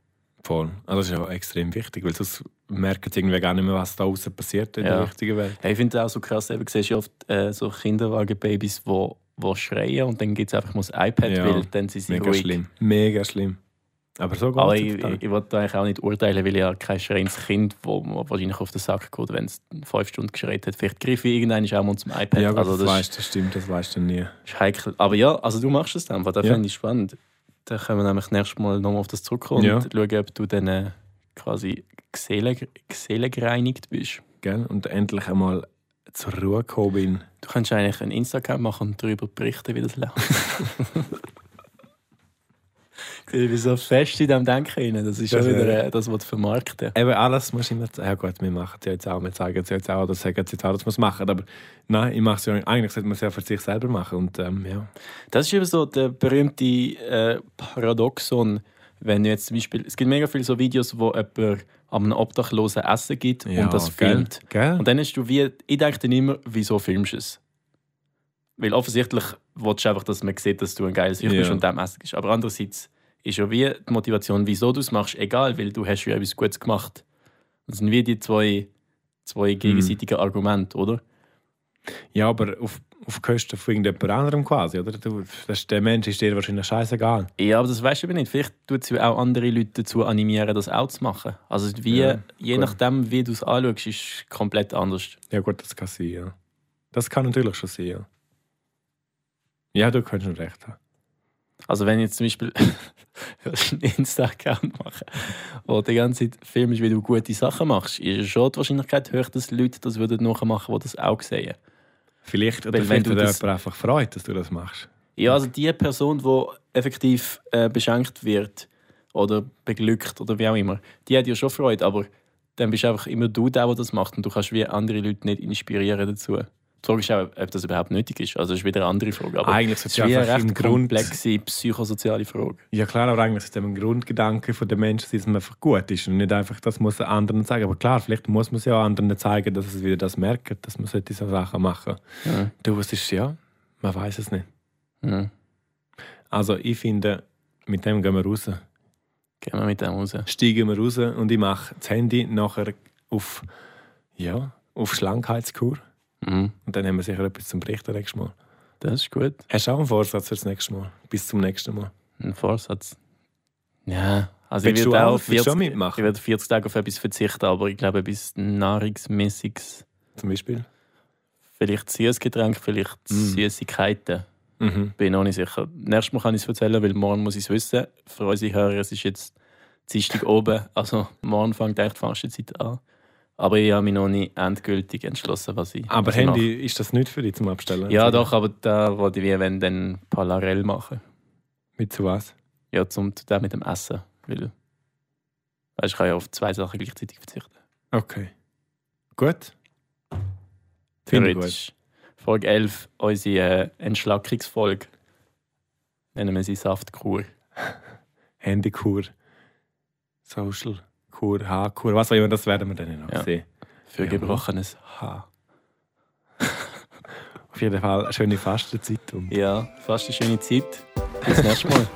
Speaker 3: Voll. Also das ist ja extrem wichtig, weil sonst merken sie irgendwie gar nicht mehr, was da draußen passiert in
Speaker 1: Ja.
Speaker 3: der richtigen Welt.
Speaker 1: Ja, ich finde es auch so krass, eben, du siehst ja oft äh, so Kinderwagenbabys, die wo, wo schreien und dann gibt es einfach mal das iPad,
Speaker 3: Ja,
Speaker 1: weil dann sind sie
Speaker 3: Mega
Speaker 1: ruhig.
Speaker 3: schlimm. Mega schlimm. Aber so
Speaker 1: Aber
Speaker 3: geht
Speaker 1: ich, ich, ich wollte eigentlich auch nicht urteilen, weil ich ja kein schreiendes Kind, wo man wahrscheinlich auf den Sack geht, wenn es fünf Stunden geschreit hat. Vielleicht greife ich irgendwann auch mal zum iPad.
Speaker 3: Ja, gut,
Speaker 1: also
Speaker 3: das,
Speaker 1: das
Speaker 3: weißt, das stimmt, das weißt du nie.
Speaker 1: ist heikel. Aber ja, also du machst es dann, weil das
Speaker 3: Ja.
Speaker 1: finde ich spannend. Dann können wir nämlich nächstes Mal nochmal auf das zurückkommen
Speaker 3: Ja.
Speaker 1: und schauen, ob du dann äh, quasi seelen- seelengereinigt bist.
Speaker 3: Gell? Und endlich einmal zur Ruhe gekommen bin.
Speaker 1: Du kannst eigentlich einen Instagram machen und darüber berichten, wie das läuft. ich bin so fest in dem Denken. drin. Das ist
Speaker 3: Das
Speaker 1: schon
Speaker 3: wär-
Speaker 1: wieder äh, das, was du vermarkten
Speaker 3: Eben alles muss immer sagen, ja gut, wir machen es ja jetzt auch, wir zeigen es jetzt auch oder sagen es jetzt auch, dass wir es machen. Aber nein, ich mache es ja eigentlich, sollte man es ja für sich selber machen. Und ähm, ja.
Speaker 1: Das ist eben so der berühmte äh, Paradoxon, wenn du jetzt zum Beispiel, es gibt mega viele so Videos, wo jemand einem Obdachlosen Essen gibt
Speaker 3: Ja,
Speaker 1: und das
Speaker 3: gell?
Speaker 1: filmt.
Speaker 3: Gell?
Speaker 1: Und dann hast du wie, ich denke dann immer, wieso filmst du es? Weil offensichtlich willst du einfach, dass man sieht, dass du ein geiles Hirn bist
Speaker 3: Ja.
Speaker 1: und dem Essen gibst. Aber andererseits ist ja wie die Motivation, wieso du es machst, egal, weil du hast ja etwas Gutes gemacht. Das sind wie die zwei, zwei
Speaker 3: Mhm.
Speaker 1: gegenseitigen Argumente, oder?
Speaker 3: Ja, aber auf, auf Kosten von irgendjemand anderem quasi, oder? Du, das, der Mensch ist dir wahrscheinlich scheißegal.
Speaker 1: Ja, aber das weißt du eben nicht. Vielleicht tut es ja auch andere Leute dazu animieren, das auch zu machen. Also es ist wie,
Speaker 3: Ja,
Speaker 1: je
Speaker 3: gut.
Speaker 1: nachdem, wie du es anschaust, ist es komplett anders.
Speaker 3: Ja gut, das kann sein, ja. Das kann natürlich schon sein, ja. Ja, du kannst schon recht haben.
Speaker 1: Also wenn ich jetzt zum Beispiel einen Insta-Account mache, wo du die ganze Zeit filmst, wie du gute Sachen machst, ist ja schon die Wahrscheinlichkeit hoch, dass Leute das würden nachmachen, die das auch sehen.
Speaker 3: Vielleicht, oder
Speaker 1: Weil wenn
Speaker 3: vielleicht
Speaker 1: du
Speaker 3: hat
Speaker 1: das-
Speaker 3: jemand einfach freut, dass du das machst.
Speaker 1: Ja, also die Person, die effektiv äh, beschenkt wird oder beglückt oder wie auch immer, die hat ja schon Freude, aber dann bist einfach immer du der, der das macht und du kannst wie andere Leute nicht inspirieren dazu. Die Frage ist auch, ob das überhaupt nötig ist. Also, das ist wieder eine andere Frage. Aber
Speaker 3: Eigentlich
Speaker 1: es ist
Speaker 3: sollte es
Speaker 1: wie eine
Speaker 3: einfach
Speaker 1: recht
Speaker 3: im Grund-
Speaker 1: komplexe psychosoziale Frage.
Speaker 3: Ja klar, aber eigentlich ist es eben ein Grundgedanke von den Menschen, dass man einfach gut ist und nicht einfach, das muss man anderen zeigen. Aber klar, vielleicht muss man es ja auch anderen zeigen, dass es wieder das merken, dass man solche so Sachen machen.
Speaker 1: Ja.
Speaker 3: Du, es ist ja, man weiß es nicht.
Speaker 1: Mhm.
Speaker 3: Also ich finde, mit dem gehen wir raus.
Speaker 1: Gehen wir mit dem raus.
Speaker 3: Steigen wir raus und ich mache das Handy nachher auf, ja, auf Schlankheitskur.
Speaker 1: Mhm.
Speaker 3: Und dann haben wir sicher etwas zum Berichten nächstes Mal.
Speaker 1: Das ist gut.
Speaker 3: Hast du auch einen Vorsatz fürs nächste Mal? Bis zum nächsten Mal.
Speaker 1: Ein Vorsatz. Ja. Also,
Speaker 3: Willst
Speaker 1: ich
Speaker 3: du
Speaker 1: werde
Speaker 3: auch-
Speaker 1: auch
Speaker 3: willst du
Speaker 1: 40,
Speaker 3: auch mitmachen?
Speaker 1: ich werde 40 Tage auf etwas verzichten, aber ich glaube, etwas Nahrungsmäßiges.
Speaker 3: Zum Beispiel?
Speaker 1: Vielleicht Süßgetränk, vielleicht Süßigkeiten.
Speaker 3: Mhm.
Speaker 1: Bin noch nicht sicher. Nächstes Mal kann ich es erzählen, weil morgen muss ich es wissen. Für unsere Hörer, es ist jetzt Dienstag oben. Also morgen fängt echt die Fastenzeit an. Aber ich habe mich noch nicht endgültig entschlossen, was ich
Speaker 3: Aber
Speaker 1: was ich
Speaker 3: Handy, ist das nicht für dich zum Abstellen?
Speaker 1: mache. Ja, doch, aber da wollte ich wie wenn dann parallel machen.
Speaker 3: Mit zu was?
Speaker 1: Ja, zum da mit dem Essen. Weil, weißt, ich kann ja auf zwei Sachen gleichzeitig verzichten.
Speaker 3: Okay. Gut. Finde ich gut.
Speaker 1: Theoretisch. Folge 11, unsere äh, Entschlackungsfolge. Nennen wir sie Saftkur.
Speaker 3: Handykur, Social Kur, Haarkur, was auch immer, das werden wir dann noch
Speaker 1: Ja.
Speaker 3: sehen.
Speaker 1: Für
Speaker 3: Ja.
Speaker 1: gebrochenes Haar.
Speaker 3: Auf jeden Fall eine schöne Fastenzeit. Und
Speaker 1: Ja, fast eine schöne Zeit. Bis nächstes Mal.